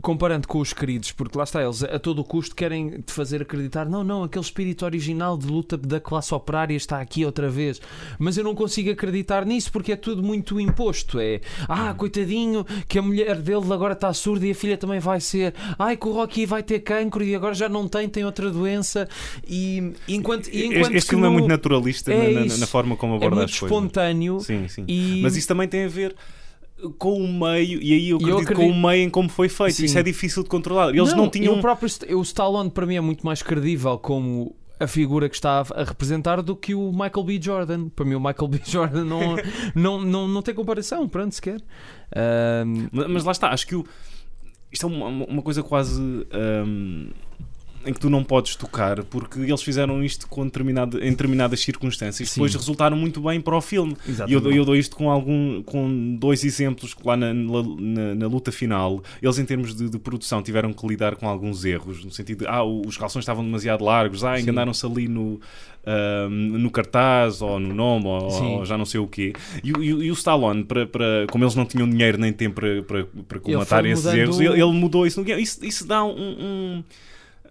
D: comparando com os queridos, porque lá está eles a todo custo querem te fazer acreditar, não, não, aquele espírito original de luta da classe operária está aqui outra vez, mas eu não consigo acreditar nisso porque é tudo muito imposto, é,
B: Uhum.
D: ah, coitadinho, que a mulher dele agora está surda e a filha também vai ser, ai, que o Rocky vai ter cancro e agora já não tem, tem outra doença e enquanto, e enquanto
B: este
D: que
B: este filme é
D: no-
B: muito naturalista
D: É
B: na- na,
D: isso.
B: na forma como
D: é
B: aborda
D: muito
B: as coisas.
D: espontâneo
B: Sim, sim.
D: e
B: Mas isso também tem a ver com o meio, e aí eu
D: E eu
B: acredito, com o
D: acredito-
B: meio em como foi feito.
D: Sim.
B: Isso é difícil de controlar. Eles não,
D: e
B: tinham.
D: O próprio St- o Stallone para mim é muito mais credível como a figura que está a representar do que o Michael B. Jordan. Para mim, o Michael B. Jordan não, não, não, não tem comparação, pronto, sequer. Ahm,
B: Mas, mas lá está, acho que o- isto é uma, uma- uma coisa quase hum, em que tu não podes tocar, porque eles fizeram isto com determinada, em determinadas circunstâncias e
D: Sim.
B: depois resultaram muito bem para o filme. E
D: exatamente.
B: eu, dou- eu dou isto com, algum, com dois exemplos que lá na, na, na- na luta final, eles em termos de, de produção tiveram que lidar com alguns erros, no sentido de ah, o- os calções estavam demasiado largos, ah,
D: Sim.
B: enganaram-se ali no, ah, no cartaz ou no nome ou,
D: Sim.
B: ou já não sei o quê. E, o- e o- e o Stallone, para, para, como eles não tinham dinheiro nem tempo para, para, para comatar esses
D: mudando-
B: erros, ele, ele mudou isso no guião. Isso, isso dá um. um,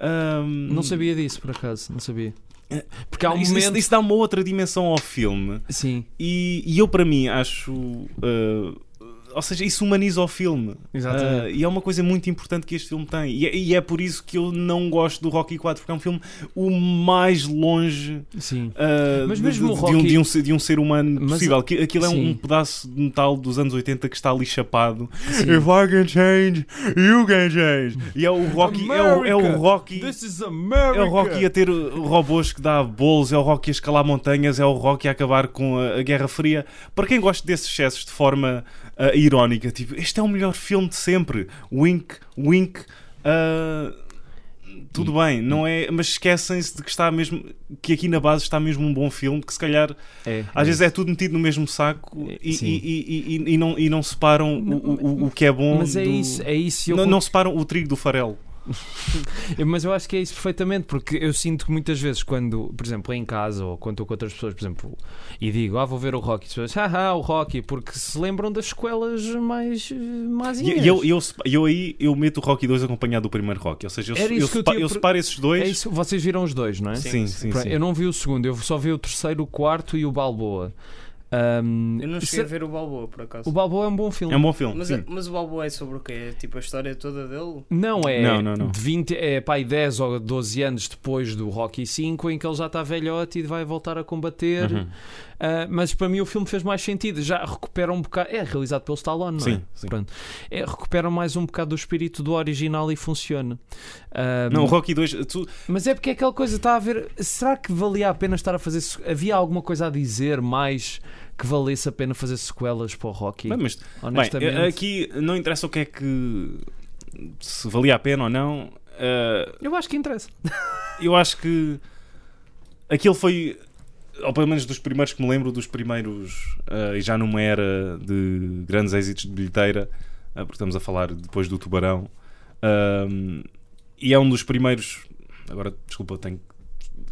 B: ah,
D: Não sabia disso, por acaso, não sabia.
B: É,
D: Porque há um
B: isso- isso-
D: momento.
B: isso dá uma outra dimensão ao filme.
D: Sim,
B: E, e eu, para mim, acho. uh, ou seja, isso humaniza o filme.
D: Exatamente.
B: Uh, e é uma coisa muito importante que este filme tem. E é, e é por isso que eu não gosto do Rocky 4, porque é um filme o mais longe
D: sim.
B: uh,
D: Mas
B: de-
D: mesmo
B: de,
D: o
B: de
D: Rocky-
B: um, de, um, ser- de um ser humano
D: Mas-
B: possível. Aqui- Aquilo é um,
D: Sim.
B: um pedaço de metal dos anos 80 que está ali chapado.
D: sim.
B: If I can change, you can change. E é o Rocky. É o, é o
D: America,
B: Rocky.
D: is America!
B: É o Rocky a ter uh, robôs que dá bolos, é o Rocky a escalar montanhas, é o Rocky a acabar com a, a Guerra Fria. Para quem gosta desses excessos de forma uh, irónica, tipo, este é o melhor filme de sempre. Wink, wink. uh, tudo bem, não é, mas esquecem-se de que está mesmo que aqui na base está mesmo um bom filme, que se calhar
D: É,
B: às vezes é tudo metido no mesmo saco e,
D: Sim.
B: e- e- e- e não, e não separam o, o- o- o que é bom.
D: Mas é
B: do-
D: isso, é isso. e eu
B: Não, não separam o trigo do farelo.
D: Eu- Mas eu acho que é isso perfeitamente, porque eu sinto que muitas vezes, quando, por exemplo, em casa ou quando estou com outras pessoas, por exemplo, e digo, ah, vou ver o Rocky, as pessoas, haha, o Rocky, porque se lembram das escolas mais. eh, mais
B: E eu, eu, sepa- eu aí eu meto o Rocky 2 acompanhado do primeiro Rocky. Ou seja, eu,
D: Era
B: eu,
D: isso que eu
B: sepa-
D: tinha
B: eu
D: per-
B: separo esses dois.
D: É isso, vocês viram os dois, não é?
B: Sim, sim, sim.
D: Pronto, Eu não vi o segundo, eu só vi o terceiro, o quarto e o Balboa. Ahm,
E: Eu não
D: se-
E: cheguei a ver o Balboa, por
D: é
E: acaso.
D: O Balboa é um bom filme.
B: É um bom filme.
E: Mas,
B: sim.
E: mas o Balboa é sobre o quê? É tipo a história toda dele?
D: Não é
B: Não, não, não.
D: de 20, é pai 10 ou 12 anos depois do Rocky 5 em que ele já está velhote e vai voltar a combater.
B: Uhum.
D: Ah, mas para mim o filme fez mais sentido, já recupera um bocado, é realizado pelo Stallone, não é?
B: Sim, sim.
D: Pronto. É, recupera mais um bocado do espírito do original e funciona. Ah,
B: Não, o Rocky 2. Tu,
D: mas é porque é aquela coisa, está a ver. Será que valia a pena estar a fazer. se- Havia alguma coisa a dizer mais que valesse a pena fazer sequelas para o Rocky?
B: bem, mas, bem,
D: honestamente.
B: aqui não interessa o que é que. Se valia a pena ou não. eh,
D: Eu acho que interessa.
B: eu acho que. Aquilo foi. Ou pelo menos dos primeiros que me lembro, dos primeiros. eh, e já numa era de grandes êxitos de bilheteira. eh, porque estamos a falar depois do Tubarão. Um, e é um dos primeiros. Agora, desculpa, tenho.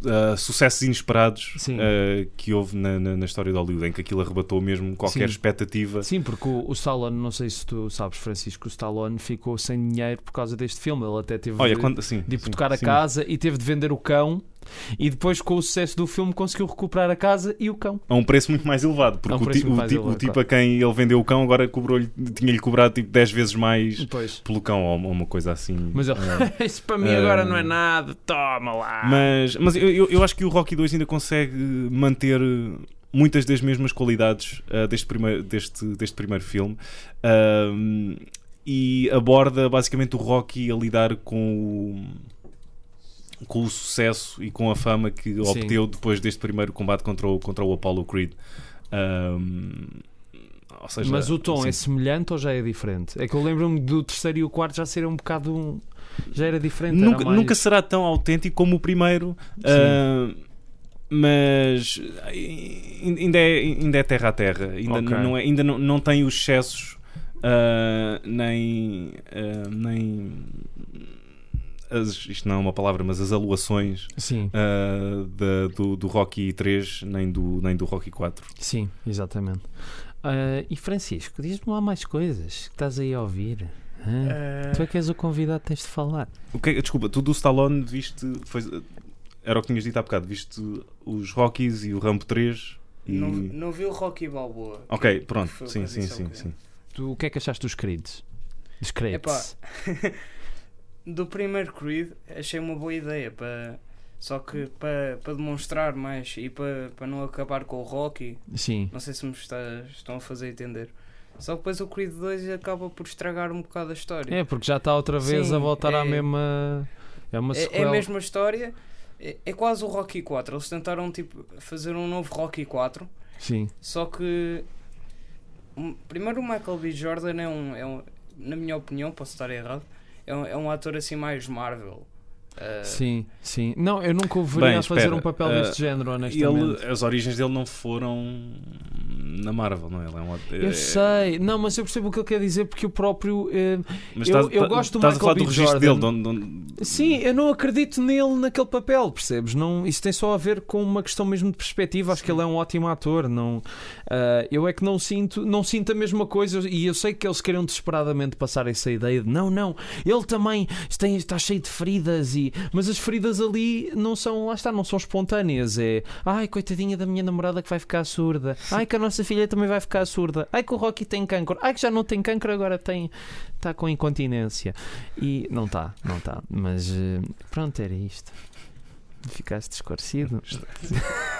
B: uh, sucessos inesperados
D: Sim.
B: uh, que houve na, na- na história de Hollywood, em que aquilo arrebatou mesmo qualquer
D: Sim.
B: expectativa.
D: Sim, porque o, o Stallone, não sei se tu sabes, Francisco, o Stallone ficou sem dinheiro por causa deste filme. Ele até teve.
B: Olha,
D: de-
B: quando, sim,
D: de ir
B: sim,
D: Tipo, tocar a
B: sim.
D: casa e teve de vender o cão e depois com o sucesso do filme conseguiu recuperar a casa e o cão
B: a um preço muito mais elevado, porque
D: A um
B: o,
D: preço
B: ti-
D: muito
B: o
D: mais
B: ti-
D: elevado,
B: o tipo a quem ele vendeu o cão agora cobrou-lhe, tinha-lhe cobrado tipo 10 vezes mais
D: depois
B: pelo cão ou ou uma coisa assim.
D: mas ele,
B: Ah.
D: isso para mim
B: Ah.
D: agora não é nada toma lá
B: Mas, mas eu, eu, eu acho que o Rocky 2 ainda consegue manter eh, muitas das mesmas qualidades ah, deste, primeiro, deste, deste primeiro filme. Ahm, e aborda basicamente o Rocky a lidar com o, com o sucesso e com a fama que obteve depois deste primeiro combate contra o, contra o Apollo Creed. Ahm, ou seja,
D: Mas o tom
B: assim,
D: é semelhante ou já é diferente? É que eu lembro-me do terceiro e o quarto já ser um bocado um. Já era diferente. era
B: Nunca,
D: mais-
B: nunca será tão autêntico como o primeiro, ah, mas ai, ainda é, ainda é terra a terra, ainda,
D: Ok.
B: não, é- ainda não, não tem os excessos, ah, nem, ah, nem as- isto não é uma palavra, mas as aluações
D: Sim,
B: ah, da- do, do Rocky 3 nem do, nem do Rocky 4.
D: sim, exatamente. Ah, e Francisco, diz-me lá mais coisas que estás aí a ouvir. Hã?
E: Eh,
D: Tu é que és o convidado, tens de falar.
B: O que é- desculpa, tu do Stallone viste, foi, era o que tinhas dito há bocado, viste os Rockies e o Rambo 3. E...
E: não, não vi o Rocky Balboa.
B: Ok, pronto.
E: Foi o que
B: Sim,
E: eu
B: sim,
E: disse há
B: sim,
E: bocadinho.
B: sim.
D: Tu, o que é que achaste dos Creeds? Dos Creeds.
E: Do primeiro Creed achei uma boa ideia para só que para, para demonstrar mais e para, para não acabar com o Rocky.
D: Sim.
E: Não sei se me está- estão a fazer entender. Só que depois o Creed 2 acaba por estragar um bocado a história.
D: É, porque já está outra vez
E: Sim,
D: a voltar à
E: é-
D: mesma. É uma
E: É- É,
D: sequela.
E: a mesma história. É, é quase o Rocky 4. Eles tentaram tipo, fazer um novo Rocky 4.
D: Sim.
E: Só que. um- Primeiro, o Michael B. Jordan é um. É um na minha opinião, posso estar errado. É um, é um ator assim mais Marvel. Ah,
D: Sim, sim. Não, eu nunca o veria
B: Bem,
D: a fazer
B: espera,
D: um papel
B: ah,
D: deste género, honestamente.
B: Ele, as origens dele não foram na Marvel, não é? Ele é um,
D: Eu sei, não, mas eu percebo o que ele quer dizer porque o próprio. eh, eu- eu gosto do
B: estás a
D: Michael
B: falar
D: B.
B: do registro
D: Jordan.
B: dele. de onde- de onde-
D: Sim, eu não acredito nele naquele papel, percebes? Não, isso tem só a ver com uma questão mesmo de perspectiva. Acho que ele é um ótimo ator. Não, ah, eu é que não sinto, não sinto a mesma coisa. E eu sei que eles queriam desesperadamente passar essa ideia de não, não. Ele também tem, está cheio de feridas e, mas as feridas ali não são, lá está, não são espontâneas. É, ai, coitadinha da minha namorada que vai ficar surda. Ai, que a nossa filha também vai ficar surda. Ai, que o Rocky tem cancro. Ai, que já não tem cancro agora tem, está com incontinência. E não está, não está. Mas eh, pronto, era isto. Ficaste esclarecido.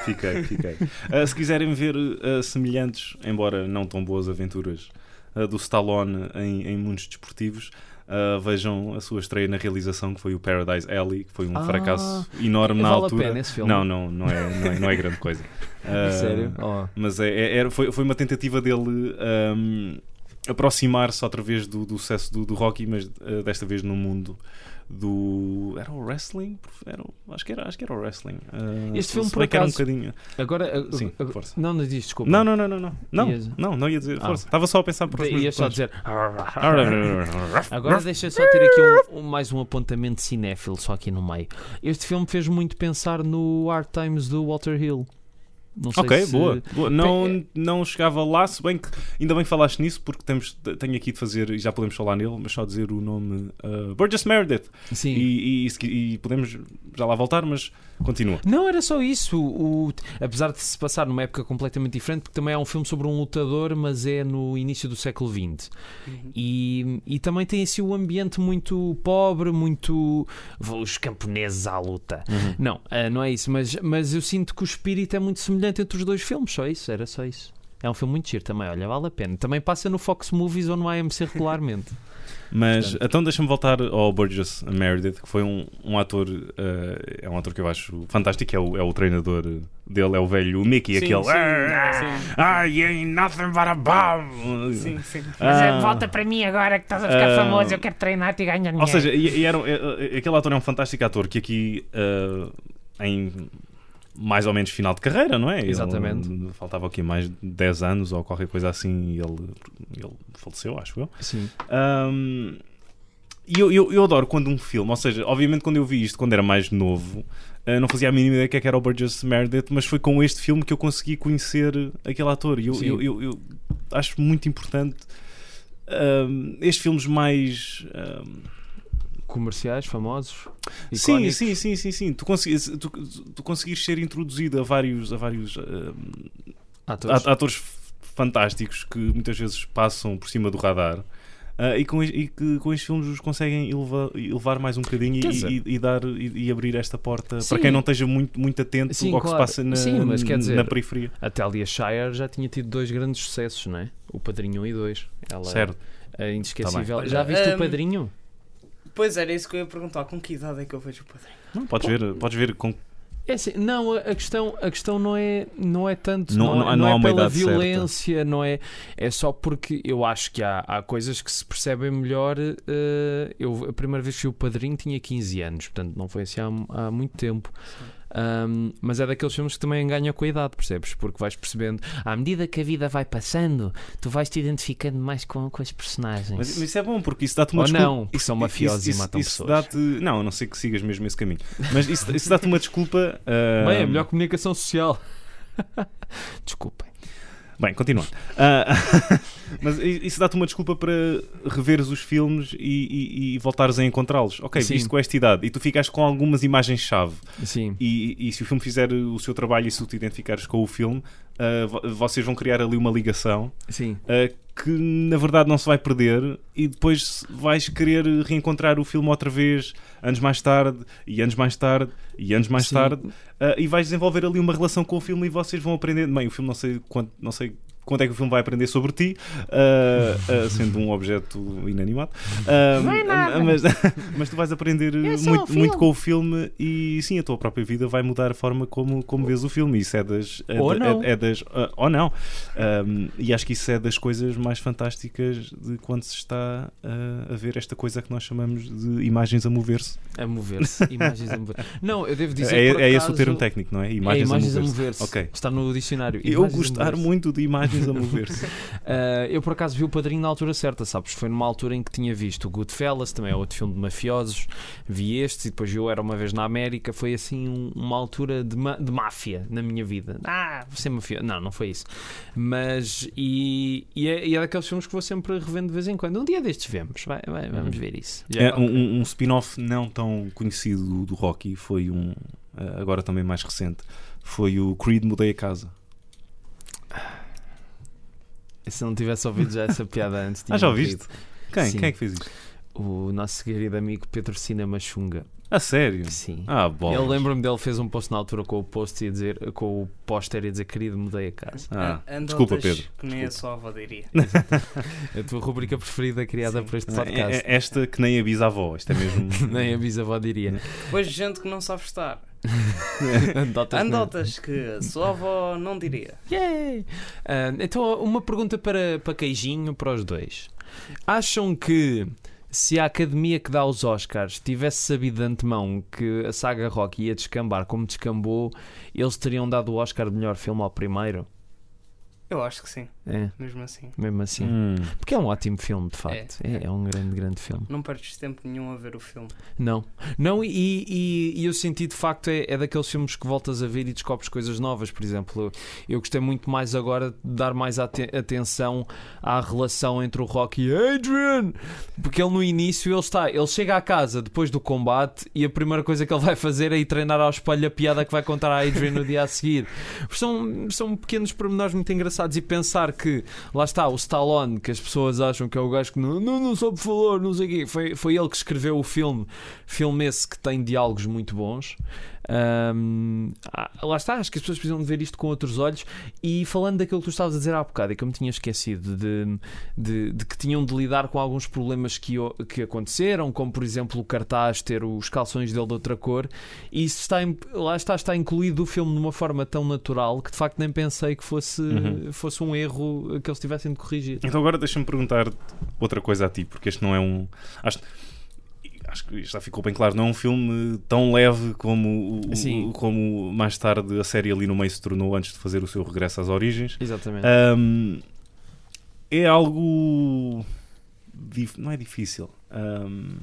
B: Fiquei, fiquei. Ah, se quiserem ver ah, semelhantes, embora não tão boas aventuras, ah, do Stallone em, em mundos desportivos, ah, vejam a sua estreia na realização, que foi o Paradise Alley, que foi um
D: Ah,
B: fracasso enorme na
D: vale
B: altura.
D: a pena esse filme.
B: Não, não, não é, não é, não é grande coisa. Ah,
D: Sério? Oh.
B: Mas é, é- era- foi, foi uma tentativa dele ahm, aproximar-se outra vez do, do sucesso do, do Rocky, mas ah, desta vez no mundo do. Era o wrestling? Era o- acho, que era, acho que era o wrestling. Ah,
D: Este
B: se-
D: filme,
B: se
D: por
B: bem que era um
D: acaso-
B: bocadinho.
D: Agora, eh, ag-
B: Sim,
D: ag-
B: força.
D: não nos diz, desculpa.
B: Não, não, não, não. Não, não,
D: Ias-
B: não, não ia dizer.
D: Ah.
B: Força. Estava só a pensar para os meus
D: Ias só
B: botões.
D: dizer. ah, Agora deixa eu só ter aqui um- um- mais um apontamento cinéfilo, só aqui no meio. Este filme fez muito pensar no Hard Times do Walter Hill. Não sei
B: Ok,
D: se-
B: boa. boa. Não, não chegava lá, se bem que ainda bem que falaste nisso, porque temos, tenho aqui de fazer, e já podemos falar nele, mas só dizer o nome ah, Burgess Meredith.
D: Sim.
B: E, e- e se qui- e podemos já lá voltar, mas continua.
D: Não, era só isso. O, apesar de se passar numa época completamente diferente, porque também é um filme sobre um lutador, mas é no início do século XX. E, e também tem assim o ambiente muito pobre, muito. vão Os camponeses à luta.
B: Uhum.
D: Não, ah, não é isso. Mas, mas eu sinto que o espírito é muito semelhante entre os dois filmes. Só isso, era só isso. É um filme muito giro também, olha, vale a pena. Também passa no Fox Movies ou no AMC regularmente.
B: Mas então deixa-me voltar ao Burgess Meredith, que foi um, um ator, eh, é um ator que eu acho fantástico, é o, é o treinador dele, é o velho Mickey,
E: Sim,
B: aquele.
E: sim,
B: "Ah, ah, you ain't nothing but a bomb.
E: Sim, sim.
G: é,
B: Ah.
H: é, Volta para mim agora que estás a ficar
B: Ah.
H: famoso. Eu quero treinar-te e ganhar dinheiro.
B: Ou seja, e, e era, e- e- aquele ator é um fantástico ator que aqui eh, em mais ou menos final de carreira, não é? Ele,
D: Exatamente.
B: faltava aqui mais de 10 anos ou qualquer coisa assim e ele, ele faleceu, acho eu.
D: Sim.
B: Ahm, e eu, eu, eu adoro quando um filme, ou seja, obviamente quando eu vi isto quando era mais novo, ah, não fazia a mínima ideia que é que era o Burgess Meredith, mas foi com este filme que eu consegui conhecer aquele ator. E eu,
D: Sim.
B: eu, eu, eu acho muito importante ahm, estes filmes mais. ahm,
D: Comerciais, famosos.
B: sim,
D: icónicos.
B: sim, sim, sim, sim. Tu, conseguires, tu, tu conseguires ser introduzido a vários, a vários ahm,
D: Atores.
B: Há atores f- fantásticos que muitas vezes passam por cima do radar. Ah, e, com, es- e que com estes filmes os conseguem eleva- elevar mais um bocadinho e,
D: Quer dizer-
B: e- e dar, e, e abrir esta porta
D: Sim.
B: para quem não esteja muito, muito atento
D: Sim,
B: ao que
D: claro.
B: se passa na,
D: Sim, mas quer
B: na
D: dizer-
B: periferia.
D: A Talia Shire já tinha tido dois grandes sucessos, não é? O Padrinho 1 e 2. Ela
B: Certo.
D: é inesquecível.
E: Tá bem.
D: já viste
E: Olha,
D: o
E: hum,
D: Padrinho?
E: Pois era isso que eu ia perguntar. Com que idade é que eu vejo o padrinho?
B: Não, podes ver, podes ver com
D: É assim, não, a a questão, a questão não, é, não é tanto.
B: Não-
D: Não,
B: não-
D: é-
B: não
D: não
B: há
D: é
B: uma
D: pela
B: idade certa.
D: violência, não é. É só porque eu acho que há, há coisas que se percebem melhor. eh, eu, a primeira vez que vi o Padrinho tinha 15 anos, portanto não foi assim há, há muito tempo. Ahm, mas é daqueles filmes que também ganham com a idade, percebes? Porque vais percebendo, à medida que a vida vai passando, tu vais te identificando mais com, com as personagens.
B: Mas, mas isso é bom porque isso dá-te uma
D: Ou
B: desculpa.
D: não, porque
B: isso,
D: são mafiosos
B: isso-
D: e
B: isso-
D: matam
B: isso
D: pessoas.
B: Dá-te... Não, a não sei que sigas mesmo esse caminho. Mas isso, isso dá-te uma desculpa. ah,
D: Bem, é melhor comunicação social. Desculpem.
B: Bem, continua. Ah, mas i- isso dá-te uma desculpa para reveres os filmes e, e- e voltares a encontrá-los. Ok,
D: Sim.
B: visto com esta idade e tu ficaste com algumas imagens-chave.
D: Sim.
B: E, e se o filme fizer o seu trabalho e se tu te identificares com o filme, ah, vo- vocês vão criar ali uma ligação
D: Sim.
B: uh, que na verdade não se vai perder e depois vais querer reencontrar o filme outra vez, anos mais tarde, e anos mais tarde, e anos mais
D: Sim.
B: tarde, uh, e vais desenvolver ali uma relação com o filme e vocês vão aprender. Bem, o filme não sei quanto, não sei quanto é que o filme vai aprender sobre ti, uh, uh, sendo um objeto inanimado. Uh,
H: Não é nada.
B: uh, mas, mas tu vais aprender
H: só um
B: muito,
H: filme.
B: muito com o filme e sim, a tua própria vida vai mudar a forma como, como vês o filme. Isso é das. É,
D: Ou
B: da-
D: não.
B: é- é das ah, ou não. Um, e acho que isso é das coisas mais fantásticas de quando se está ah, a ver esta coisa que nós chamamos de imagens a mover-se.
D: A mover-se, imagens a mover Não, eu devo dizer
B: É,
D: por
B: é
D: acaso,
B: esse o termo técnico, não é?
D: é
B: Imagens,
D: imagens a
B: a mover-se.
D: mover-se.
B: Ok.
D: Está no dicionário.
B: Eu
D: imagens a
B: gostar
D: mover-se.
B: muito de imagens a mover-se.
D: Ah, eu por acaso vi o Padrinho na altura certa, sabes? Foi numa altura em que tinha visto o Goodfellas, também é outro filme de mafiosos. Vi estes e depois eu era uma vez na América. Foi assim um- uma altura de, ma- de máfia na minha vida. Ah, vou ser mafioso. Não, não foi isso. Mas, e, e é, e é daqueles filmes que vou sempre revendo de vez em quando. Um dia destes vemos, vai, vai, vamos ver isso.
B: É, um- um um spin-off não tão conhecido do, do Rocky foi um, ah, agora também mais recente, foi o Creed Mudei a Casa.
D: Se não tivesse ouvido já essa piada antes,
B: um- Ah, já
D: tinha ouvido.
B: ouviste? Quem?
D: Sim.
B: Quem é que fez isso?
D: O nosso querido amigo Pedro Cinema Xunga.
B: A sério?
D: Sim.
B: Ah, bom.
D: Ele lembra-me dele fez um post na altura com o post e dizer com o póster e dizer querido mudei a casa.
B: Ah,
E: An-
B: desculpa,
E: anedotas
B: Pedro.
E: Que nem a sua avó diria.
D: A tua rubrica preferida criada
E: Sim.
D: por este
B: É-
D: podcast.
B: é- Esta que nem avisa a avó, isto é mesmo.
D: Nem a bisavó diria.
E: Depois gente que não sabe estar.
B: Tá
D: Anedotas.
E: Anedotas que a sua avó não diria.
D: Yay! Ah, então, uma pergunta para, para Queijinho, para os dois. Acham que se a academia que dá os Oscars tivesse sabido de antemão que a saga Rock ia descambar como descambou, eles teriam dado o Oscar de melhor filme ao primeiro?
E: Eu acho que sim,
D: É,
E: mesmo assim.
D: mesmo assim.
B: Hum.
D: Porque é um ótimo filme, de facto. É, é um grande, grande filme.
E: Não perdes tempo nenhum a ver o filme.
D: Não. Não, e, e, e eu senti de facto é, é daqueles filmes que voltas a ver e descobres coisas novas. Por exemplo, eu gostei muito mais agora de dar mais ate- atenção à relação entre o Rock e Adrian. Porque ele no início ele está, ele chega à casa depois do combate e a primeira coisa que ele vai fazer é ir treinar ao espelho a piada que vai contar à Adrian no dia a seguir. São, são pequenos pormenores muito engraçados e pensar que lá está o Stallone, que as pessoas acham que é o gajo que não, não, não soube falar, não sei o quê. Foi, foi ele que escreveu o filme filme esse que tem diálogos muito bons. Ahm, ah, lá está, acho que as pessoas precisam de ver isto com outros olhos. E falando daquilo que tu estavas a dizer há bocado e que eu me tinha esquecido, de, de- de que tinham de lidar com alguns problemas que, o- que aconteceram, como por exemplo o cartaz ter os calções dele de outra cor, e isso está, em- lá está, está incluído o filme de uma forma tão natural que de facto nem pensei que fosse,
B: Uhum.
D: fosse um erro que eles tivessem de corrigir.
B: Então agora deixa-me perguntar outra coisa a ti, porque este não é um. Acho, acho que isto já ficou bem claro, não é um filme tão leve como, o- o-
D: Sim.
B: como mais tarde a série ali no meio se tornou antes de fazer o seu regresso às origens.
D: Exatamente.
B: Ahm, é algo. dif- Não é difícil. Ahm,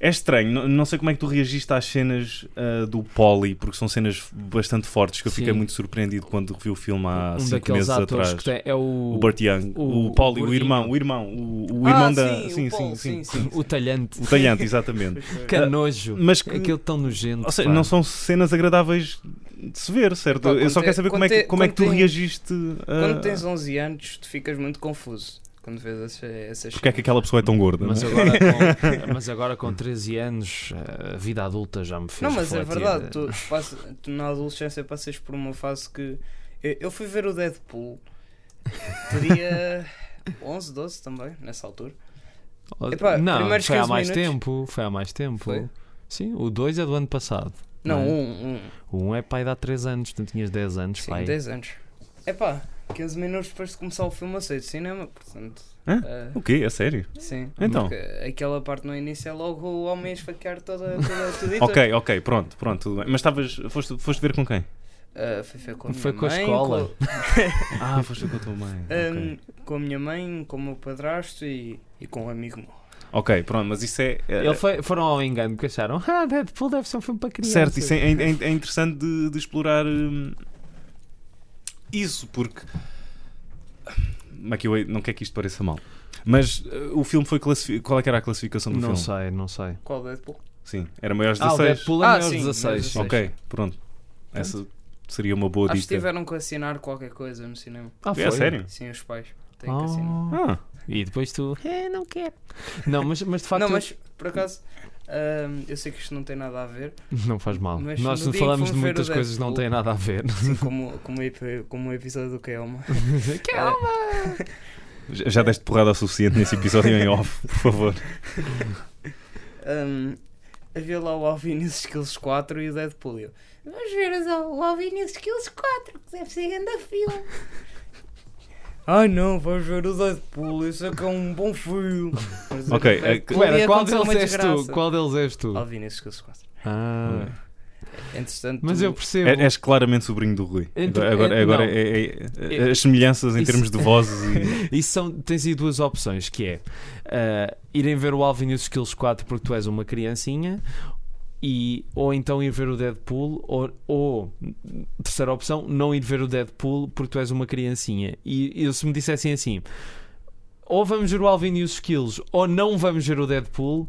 B: é estranho, não, não sei como é que tu reagiste às cenas ah, do Polly, porque são cenas bastante fortes que eu fiquei
D: Sim.
B: muito surpreendido quando revi o filme há
D: um
B: Ah, cinco
D: daqueles
B: meses
D: atores
B: atrás.
D: que tem, é o,
B: O Burt Young, o,
D: o-
B: Polly,
D: o
B: o,
D: gordinho.
B: irmão, o irmão, o, o
E: Ah,
B: irmão da.
E: sim, o Paul, sim, sim,
D: o talhante.
B: O talhante, exatamente.
D: Que nojo.
B: Ah, Mas que,
D: Aquele tão nojento.
B: ou seja,
D: pá.
B: não são cenas agradáveis de se ver, certo?
E: Pá,
B: Eu
E: quando
B: só
E: te-
B: quero saber como é
E: quando
B: que,
E: te-
B: como é que tu
E: quando te-
B: reagiste a.
E: Quando tens 11 anos, tu ficas muito confuso. quando vês essa, essas
B: Porque é que aquela pessoa é tão gorda?
D: Mas
B: não é?
D: agora, com, mas agora com 13 anos, a vida adulta já me fez
E: Não, mas é
D: refletir. eh,
E: verdade, tu, passas- tu na adolescência passas por uma fase que. Eu, eu fui ver o Deadpool, teria 11, 12 também, nessa altura. Epá,
D: não,
E: primeiros
D: foi há
E: 15
D: mais
E: minutos.
D: tempo. Foi há mais tempo.
E: Foi?
D: Sim, o 2 é do ano passado.
E: Não,
D: Não é?
E: um, um.
D: O 1 um é pai de há 3 anos, tu tinhas 10 anos.
E: Sim,
D: pai.
E: 10 anos. Epá, 15 minutos depois de começar o filme a sair do cinema, portanto.
B: Hã?
E: eh,
B: O quê? É sério?
E: sim.
B: Então.
E: Porque aquela parte no início é logo o homem a esfaquear toda, toda a tudo.
B: Ok, ok, pronto, pronto, tudo bem. Mas estavas, foste, foste ver com quem?
E: Uh, foi, foi com a
D: Foi
E: minha
D: com a
E: mãe,
D: escola.
E: Com,
B: Ah, foste com a tua mãe.
E: Ahm,
B: Ok,
E: com a minha mãe, com o meu padrasto e, e com um amigo meu.
B: Ok, pronto, mas isso é. é-
D: Ele foi- foram ao engano porque acharam, ah, Deadpool deve ser um filme para crianças.
B: Certo, isso é, é- é- é interessante de, de explorar hum, isso, porque. Como é que eu hei- não quer que isto pareça mal. Mas uh, o filme foi classificado. Qual é que era a classificação do
D: Não
B: filme?
D: sei, não sei.
E: Qual é, Deadpool?
B: Sim, era maior de
D: Ah, o
B: 16.
D: Deadpool é
E: Ah,
D: maior de
E: sim,
D: 16.
E: maior de
B: ok, pronto. Essa seria uma boa
E: Acho que
B: dica.
E: tiveram que assinar qualquer coisa no cinema.
D: Ah,
B: É sério?
E: Sim, os pais têm que assinar.
D: Ah.
B: Ah,
D: E depois tu, eh, não quero. Não, mas, mas de facto.
E: Não, mas por acaso, ahm, eu sei que isto não tem nada a ver,
D: Não faz mal.
E: Mas
D: Nós
E: no dia
D: falamos
E: que
D: de
E: fomos ver
D: muitas
E: o
D: coisas que não
E: Deadpool-
D: têm nada a ver.
E: assim como, como, o ep- como o episódio do Keoma. Keoma!
B: já já deste porrada o suficiente nesse episódio em off, por favor.
E: É, havia lá o Alvin e os Skills 4 e o Deadpool. E eu,
G: Vamos ver o Alvin e os Skills 4, que deve ser grande filme.
E: Ai não, vamos ver o Deadpool, isso é que é um bom filme. Mas é
B: Ok,
E: o Deadpool
D: Espera,
E: ia
D: é qual
E: acontecer
D: deles
E: uma
D: és tu?
E: desgraça.
D: Qual deles és tu?
E: Alvin e os Skills 4.
D: Ah,
E: Entretanto,
D: mas
E: tu-
D: eu percebo.
B: É- És claramente sobrinho do Rui.
D: Entre-
B: Agora, agora,
D: eh,
B: agora
D: não.
B: é- é- é-
D: Eh,
B: as semelhanças em
D: isso-
B: termos de vozes e.
D: Isso são, tens aí duas opções: que é ah, irem ver o Alvin e os Skills 4 porque tu és uma criancinha, e, ou então ir ver o Deadpool, ou, ou, terceira opção, não ir ver o Deadpool porque tu és uma criancinha. E, e se me dissessem assim: ou vamos ver o Alvin e os Skills, ou não vamos ver o Deadpool,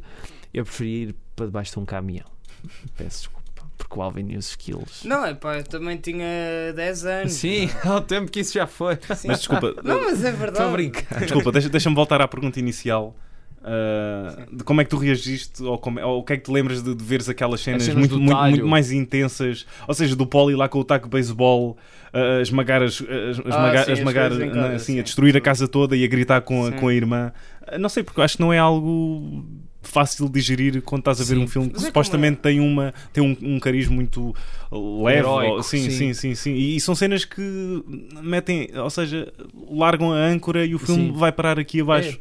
D: eu preferia ir para debaixo de um caminhão. Peço desculpa, porque o Alvin e os Skills.
E: Não, é pá, eu também tinha 10 anos.
D: Sim, ao tempo que isso já foi.
E: Sim.
B: Mas desculpa,
E: Não, mas é verdade.
D: Estou a brincar.
B: Desculpa, deixa- deixa-me voltar à pergunta inicial. ah, de como é que tu reagiste ou, como, ou o que é que te lembras de, de veres aquelas cenas,
D: cenas
B: muito,
D: do
B: muito,
D: talho.
B: muito mais intensas ou seja, do poli lá com o taco de beisebol ah, a esmagar, as, as, a esmagar,
E: sim,
B: a
E: as
B: esmagar
E: coisas em
B: na-
E: casa,
B: assim,
E: sim.
B: a destruir a casa toda e a gritar com a,
E: Sim.
B: com a irmã Ah, não sei, porque acho que não é algo fácil de digerir quando estás a ver
D: Sim.
B: um filme que
E: Mas é
B: supostamente tem, uma, tem um, um cariz muito leve
D: Heroico,
B: ou- sim,
D: sim.
B: sim, sim, sim. E, e são cenas que metem, ou seja, largam a âncora e o filme
D: Sim.
B: vai parar aqui abaixo.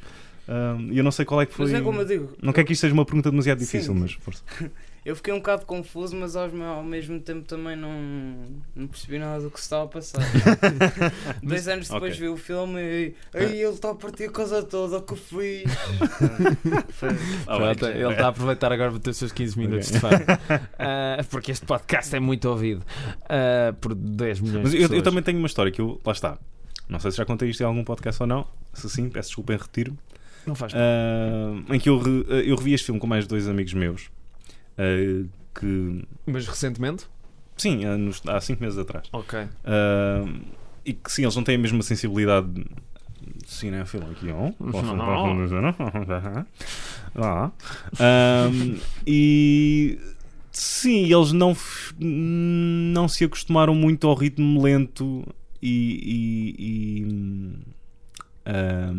B: Ahm, E eu não sei qual é que foi.
E: Mas é como eu digo,
B: Não quer que isto seja uma pergunta demasiado difícil,
E: Sim.
B: mas força.
E: eu fiquei um bocado confuso, mas ao, ao mesmo tempo também não, não percebi nada do que se estava a passar. Dois anos
B: ok.
E: depois
B: Ah.
E: vi o filme e aí ele está a partir a coisa toda, o que fui. Foi-
B: Tá
D: Pronto, Ah, ele está a aproveitar agora para ter os seus 15 minutos de fama. Ah, porque este podcast é muito ouvido ah, por 10 milhões
B: Mas
D: de
B: eu, eu
D: pessoas.
B: também tenho uma história que eu. Lá está. Não sei se já contei isto em algum podcast ou não. Se sim, peço desculpa em retiro.
D: Não
B: Ah.
D: faz mal.
B: Ahm, em que eu, re- eu revi este filme com mais dois amigos meus. ah, que.
D: Mas recentemente?
B: Sim, anos- há cinco meses atrás.
D: Ok.
B: Ah, e que sim, eles não têm a mesma sensibilidade cinéfila que eu. Posso- posso dizer, não? Ah. Ah, e sim, eles não, f- não se acostumaram muito ao ritmo lento e, e, e ah,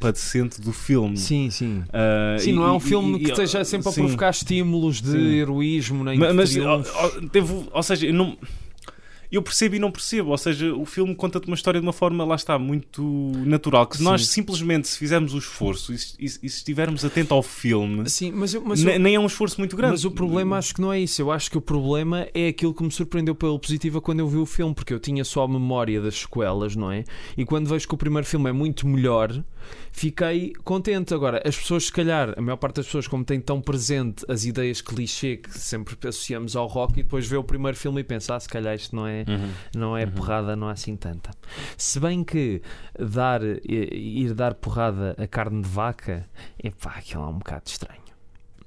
B: padecente do filme.
D: Sim, sim.
B: Ah,
D: Sim,
B: e-
D: não é
B: e-
D: um filme
B: e-
D: que
B: e-
D: esteja sempre
B: sim.
D: a provocar estímulos de
B: Sim.
D: heroísmo nem
B: Ma-
D: de
B: Mas, ó,
D: triunfo.
B: ó, devo- ou seja, eu não. Eu percebo e não percebo, ou seja, o filme conta-te uma história de uma forma, lá está, muito natural. Que se nós
D: Sim.
B: simplesmente, se fizermos o esforço e se, e se estivermos atentos ao filme,
D: Sim, mas, eu- mas,
B: ne-
D: eu-
B: nem é um esforço muito grande.
D: mas o problema acho que não é isso. Eu acho que o problema é aquilo que me surpreendeu pela positiva quando eu vi o filme, porque eu tinha só a memória das sequelas, não é? E quando vejo que o primeiro filme é muito melhor, fiquei contente. Agora, as pessoas, se calhar, a maior parte das pessoas, como têm tão presente as ideias clichê que sempre associamos ao rock, e depois vê o primeiro filme e pensa, ah, se calhar isto não é,
B: Uhum.
D: não é porrada, não há assim tanta. Se bem que dar, eh, ir dar porrada a carne de vaca, epá, aquilo é um bocado estranho.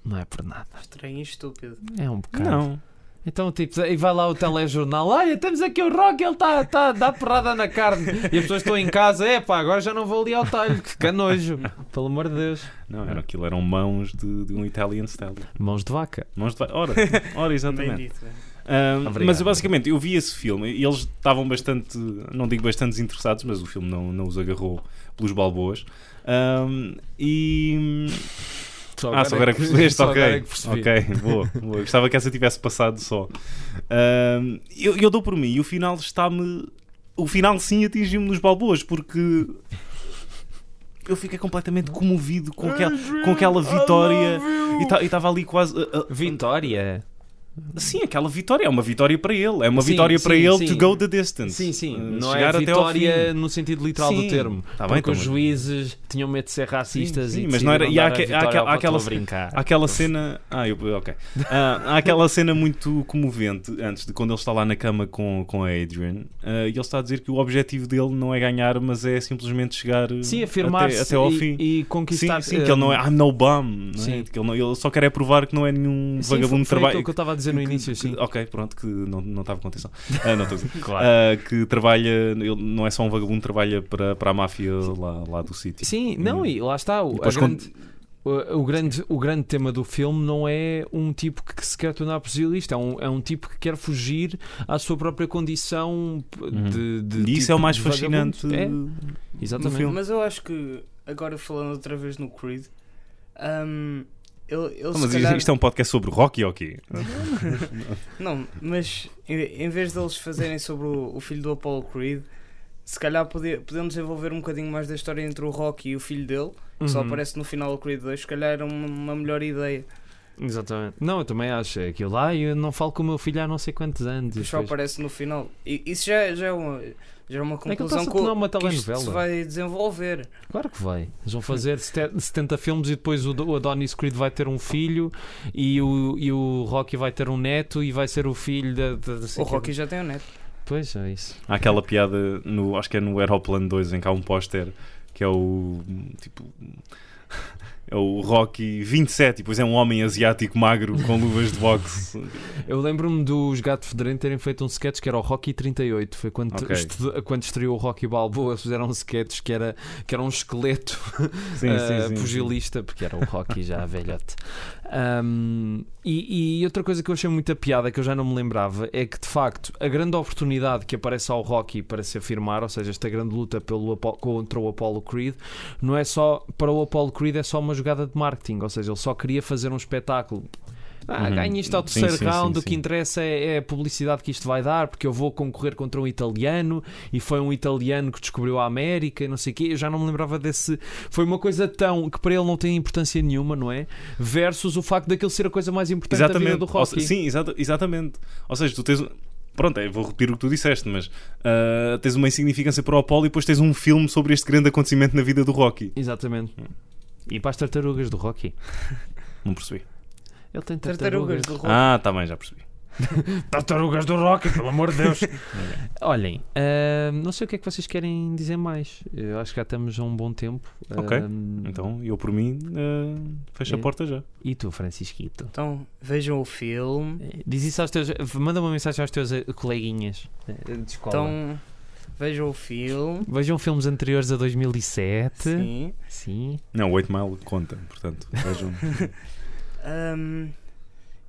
D: Não é por nada.
E: Estranho e estúpido.
D: É um bocado.
B: Não,
D: Então, tipo, e vai lá o telejornal. Olha, temos aqui o Rock, ele está tá, dá porrada na carne. E as pessoas estão em casa. É pá, agora já não vou ali ao talho. Que canojo. Pelo amor de Deus.
B: Não, era, aquilo eram mãos de, de um Italian style.
D: Mãos de vaca.
B: Mãos de. va- Ora, ora exatamente.
E: Bendito.
B: Ahm,
D: Obrigado.
B: mas basicamente eu vi esse filme e eles estavam bastante, não digo bastante interessados, mas o filme não, não os agarrou pelos balboas. Ahm, e.
D: Só
B: ah, só agora é que percebeste,
D: só
B: ok.
D: agora é que percebi.
B: ok, boa, boa. Gostava que essa tivesse passado só. Ahm, eu, eu dou por mim e o final está-me. O final sim atingiu-me nos balboas porque. Eu fiquei completamente comovido com aquela, com aquela vitória e estava ali quase a- a-
D: Vitória.
B: Sim, aquela vitória é uma vitória para ele. É uma
D: Sim,
B: vitória para
D: sim,
B: ele
D: sim.
B: to go the distance.
D: Sim, sim.
B: Uh,
D: não
B: chegar
D: é
B: até ao
D: vitória
B: fim.
D: no sentido literal
B: Sim.
D: do termo.
B: Tá bem,
D: porque
B: tá
D: os
B: bem.
D: juízes tinham medo de ser racistas
B: Sim, sim,
D: e
B: mas não era- e há aque- há aquela-
D: aquela,
B: aquela-
D: brincar.
B: Há aquela cena. Ah, eu. Ok. Ah, há aquela cena muito comovente antes de quando ele está lá na cama com, com a Adrian ah, e ele está a dizer que o objetivo dele não é ganhar, mas é simplesmente chegar uh,
D: Sim,
B: até,
D: afirmar-se
B: até ao
D: e-
B: fim.
D: e,
B: Sim,
D: conquistar eh,
B: sim, que ele não é I'm no bum, não é?
D: Sim.
B: Que ele, não- ele só quer é provar que não é nenhum
D: Sim,
B: vagabundo de
D: foi, foi
B: trabalho.
D: aquilo que eu estava a dizer no início, sim.
B: Ok, pronto, que não, não estava com atenção. Ah, não estou a dizer. Ah, que trabalha, ele não é só um vagabundo, trabalha para, para a máfia lá, lá do sítio.
D: Sim, não, e lá está. O, a
B: Depois
D: grande, o, o grande, o grande tema do filme não é um tipo que se quer tornar prisionista, é um, é um tipo que quer fugir à sua própria condição p- de, de
B: Uhum. E isso
D: tipo
B: é o mais
D: de
B: fascinante
D: vagabundo. É,
B: do
D: exatamente.
B: filme.
E: Mas eu acho que, agora falando outra vez no Creed, hum, ele, ele
B: Ah,
E: se
B: mas
E: calhar...
B: isto é um podcast sobre rock e ok.
E: Não, mas em, em vez deles fazerem sobre o, o filho do Apollo Creed, se calhar podia, podemos desenvolver um bocadinho mais da história entre o Rocky e o filho dele, que só
D: Uhum.
E: aparece no final do Creed 2, se calhar era uma, uma melhor ideia.
D: Exatamente. Não, eu também acho. É Aquilo lá, eu não falo com o meu filho há não sei quantos anos. e
E: Mas só
D: depois-
E: aparece no final. E, isso já, já é uma, já é uma
D: que ele
E: conclusão
D: está-se a
E: que, o-
D: tornar uma
E: que isto
D: telenovela.
E: se vai desenvolver.
D: Claro que vai. Eles vão fazer sete- 70 filmes e depois o, Do- o Adonis Creed vai ter um filho e o, e o Rocky vai ter um neto e vai ser o filho da. da- da-
E: O Rocky já tem o neto.
D: Pois é, isso.
B: Há aquela piada, no, acho que é no Aeroplan 2, em que há um póster que é o. Tipo. É o Rocky 27, e depois é um homem asiático magro com luvas de boxe.
D: Eu lembro-me dos Gato Fedorento terem feito um sketch que era o Rocky 38. Foi quando,
B: Ok.
D: estu- quando estreou o Rocky Balboa. Eles fizeram um sketch que era, que era um esqueleto
B: Sim,
D: ah, pugilista, porque era o Rocky já velhote. Ahm, e, e outra coisa que eu achei muita piada, que eu já não me lembrava, é que de facto a grande oportunidade que aparece ao Rocky para se afirmar, ou seja, esta grande luta pelo, Apo- contra o Apollo Creed, não é só para o Apollo Creed, é só uma jogada de marketing, ou seja, ele só queria fazer um espetáculo. Ah,
B: Uhum.
D: ganha isto ao
B: Sim,
D: terceiro
B: sim,
D: round,
B: sim,
D: o que
B: sim.
D: interessa é, é a publicidade que isto vai dar, porque eu vou concorrer contra um italiano e foi um italiano que descobriu a América e não sei o quê. Eu já não me lembrava desse. Foi uma coisa tão que para ele não tem importância nenhuma, não é? Versus o facto daquele ser a coisa mais importante da vida
B: Exatamente.
D: do
B: Ou
D: Rocky.
B: se- sim, exata- exatamente. Ou seja, tu tens. Pronto, eu vou repetir o que tu disseste, mas ah, tens uma insignificância para o Apolo e depois tens um filme sobre este grande acontecimento na vida do Rocky.
D: Exatamente. E para as tartarugas do Rocky.
B: Não percebi.
D: Ele tem
E: Tartarugas do Rocky.
B: Ah, tá bem, já percebi.
H: Tartarugas do Rocky, pelo amor de Deus.
D: Olhem, ahm, não sei o que é que vocês querem dizer mais. Eu acho que já estamos a um bom tempo.
B: Ok.
D: Ahm,
B: Então, eu por mim, ah, fecho a
D: É.
B: porta já.
D: E tu, Francisquito?
E: Então, vejam o filme.
D: Eh, Diz isso aos teus. Manda uma mensagem aos teus eh, coleguinhas eh, de escola.
E: Então, vejam o filme.
D: Vejam filmes anteriores a 2007.
E: Sim.
D: Sim.
B: Não, o 8 Mile conta, portanto, vejam.
E: Ahm,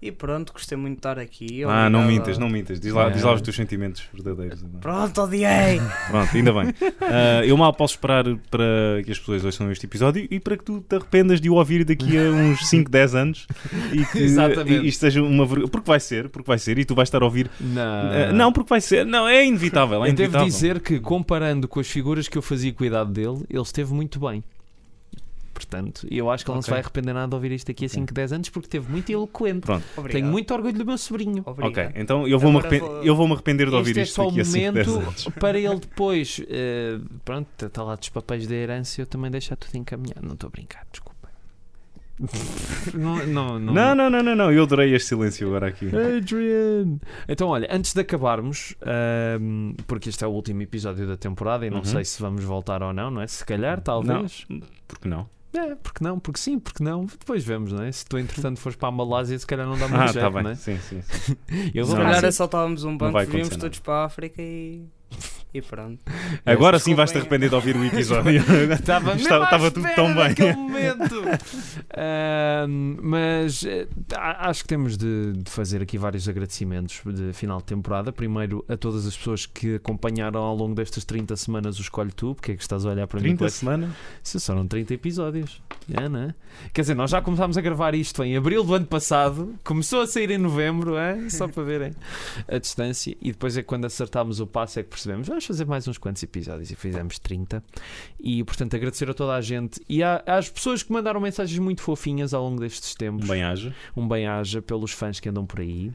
E: e pronto, gostei muito de estar aqui.
B: ah, não
E: Obrigado
B: mintas,
E: a-
B: não mintas. Diz lá,
D: É.
B: diz lá os teus sentimentos verdadeiros. agora.
E: Pronto, odiei!
B: Pronto, ainda bem. Ah, eu mal posso esperar para que as pessoas ouçam este episódio e para que tu te arrependas de o ouvir daqui a uns 5, 10 anos e que
D: Exatamente.
B: isto seja uma vergonha. Porque vai ser, porque vai ser, e tu vais estar a ouvir. Ah,
D: Eh, Não.
B: não, porque vai ser. Não, é inevitável. É
D: Eu devo
B: inevitável.
D: dizer que, comparando com as figuras que eu fazia com a idade dele, ele esteve muito bem. Portanto, eu acho que ele não se
B: Ok.
D: vai arrepender nada de ouvir isto aqui a 5, 10 anos, porque esteve muito eloquente.
E: Obrigado.
D: Tenho muito orgulho do meu sobrinho.
E: Obrigado.
B: Ok, então eu vou-me
E: Agora
B: arrepen-
E: vou-
B: eu vou-me arrepender de ouvir
D: este é
B: isto
D: só o
B: daqui a 5, 10
D: momento
B: anos.
D: para ele depois. eh, pronto, está lá dos papéis da herança eu também deixar tudo encaminhado. Não estou a brincar, desculpa. não, não, não.
B: Não, não, não, não, não. Eu adorei este silêncio agora aqui.
D: Adrian! Então, olha, antes de acabarmos, ahm, porque este é o último episódio da temporada e não
B: Uhum.
D: sei se vamos voltar ou não, não é? Se calhar, talvez.
B: Porque não?
D: É, porque não? Porque sim, porque não? Depois vemos, não é? Se tu, entretanto, fores para a Malásia, se calhar não dá muito
B: Ah,
D: jeito,
B: está bem.
D: não é?
B: Sim, sim.
D: Eu
E: Se
D: vou
B: Não,
E: calhar
B: sim.
E: assaltávamos um banco,
B: vai
E: vivíamos
B: acontecer
E: todos para a África e. E pronto.
B: Agora sim
E: desculpem.
B: vais-te arrepender de ouvir o episódio.
D: Estava,
B: Está-
D: mesmo à
B: estava tudo
D: espera
B: tão bem.
D: daquele momento. Ahm, mas eh, a- acho que temos de, de fazer aqui vários agradecimentos de final de temporada. Primeiro a todas as pessoas que acompanharam ao longo destas 30 semanas o Escolhe Tu, porque é que estás a olhar para mim?
B: 30
D: com esse-
B: semanas?
D: Isso foram 30 episódios. É, não é? Quer dizer, nós já começámos a gravar isto em abril do ano passado, começou a sair em novembro, é? só para verem a distância. E depois é quando acertámos o passo é que percebemos, vamos fazer mais uns quantos episódios e fizemos 30. E portanto, agradecer a toda a gente e à- às pessoas que mandaram mensagens muito fofinhas ao longo destes tempos
B: Bem haja.
D: um bem-aja pelos fãs que andam por aí.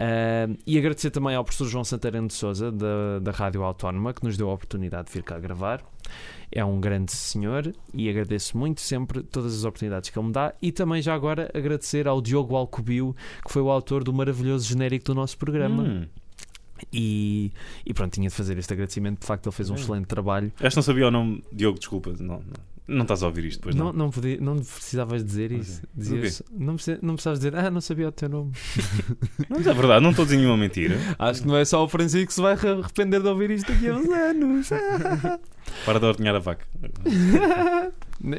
D: Ah, e agradecer também ao professor João Santareno de Souza, da, da Rádio Autónoma, que nos deu a oportunidade de vir cá gravar. É um grande senhor e agradeço muito sempre todas as oportunidades que ele me dá. E também, já agora, agradecer ao Diogo Alcobio, que foi o autor do maravilhoso genérico do nosso programa.
B: Hum.
D: E, e pronto, tinha de fazer este agradecimento. De facto, ele fez um
B: Bem.
D: excelente trabalho.
B: Acho que não sabia o nome. Diogo, desculpa. Não, não, não estás a ouvir isto, pois
D: não,
B: não. é.
D: não, podia- não precisavas dizer
B: Ok.
D: isso.
B: Mas o
D: Dizias- não, precisa- não precisavas dizer, ah, não sabia o teu nome.
B: Mas é verdade, não estou a dizer nenhuma mentira.
D: Acho que não é só o Francisco que se vai arrepender de ouvir isto daqui a uns anos.
B: Para de ordenhar a vaca.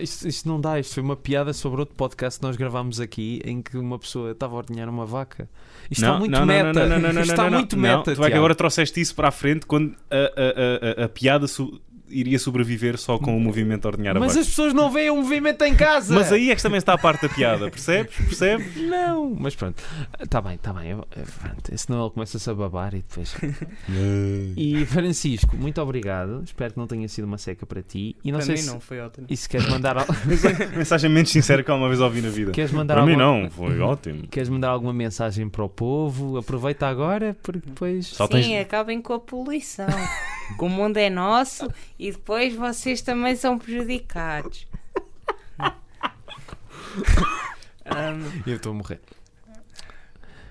D: isto, isto não dá, isto foi uma piada sobre outro podcast que nós gravámos aqui em que uma pessoa estava a ordenhar uma vaca. Isto está muito meta. isto está muito
B: não.
D: meta.
B: Tu é que
D: Tiago.
B: agora trouxeste isso para a frente quando a, a, a, a, a piada su- iria sobreviver só com o movimento de ordenhar a
D: Mas
B: vaca.
D: as pessoas não veem o movimento em casa.
B: Mas aí é que também está a parte da piada, percebes? Percebes?
D: Não, mas pronto, está bem, está bem. Eu- eu- pronto, Senão ele começa-se a babar e depois. e Francisco, muito obrigado. Espero que não tenha sido uma seca para ti. E não
E: para
D: sei
E: mim
D: se.
E: não, foi ótimo.
D: E se queres mandar, al-
B: Mensagem menos sincera que alguma vez ouvi na vida.
D: queres mandar
B: Para mim
D: alguma-
B: não, foi ótimo.
D: Queres mandar alguma mensagem para o povo? Aproveita agora, porque depois.
B: Só
G: Sim,
B: tens-
G: acabem com a poluição. que o mundo é nosso e depois vocês também são prejudicados.
E: Ahm,
D: Eu estou a morrer.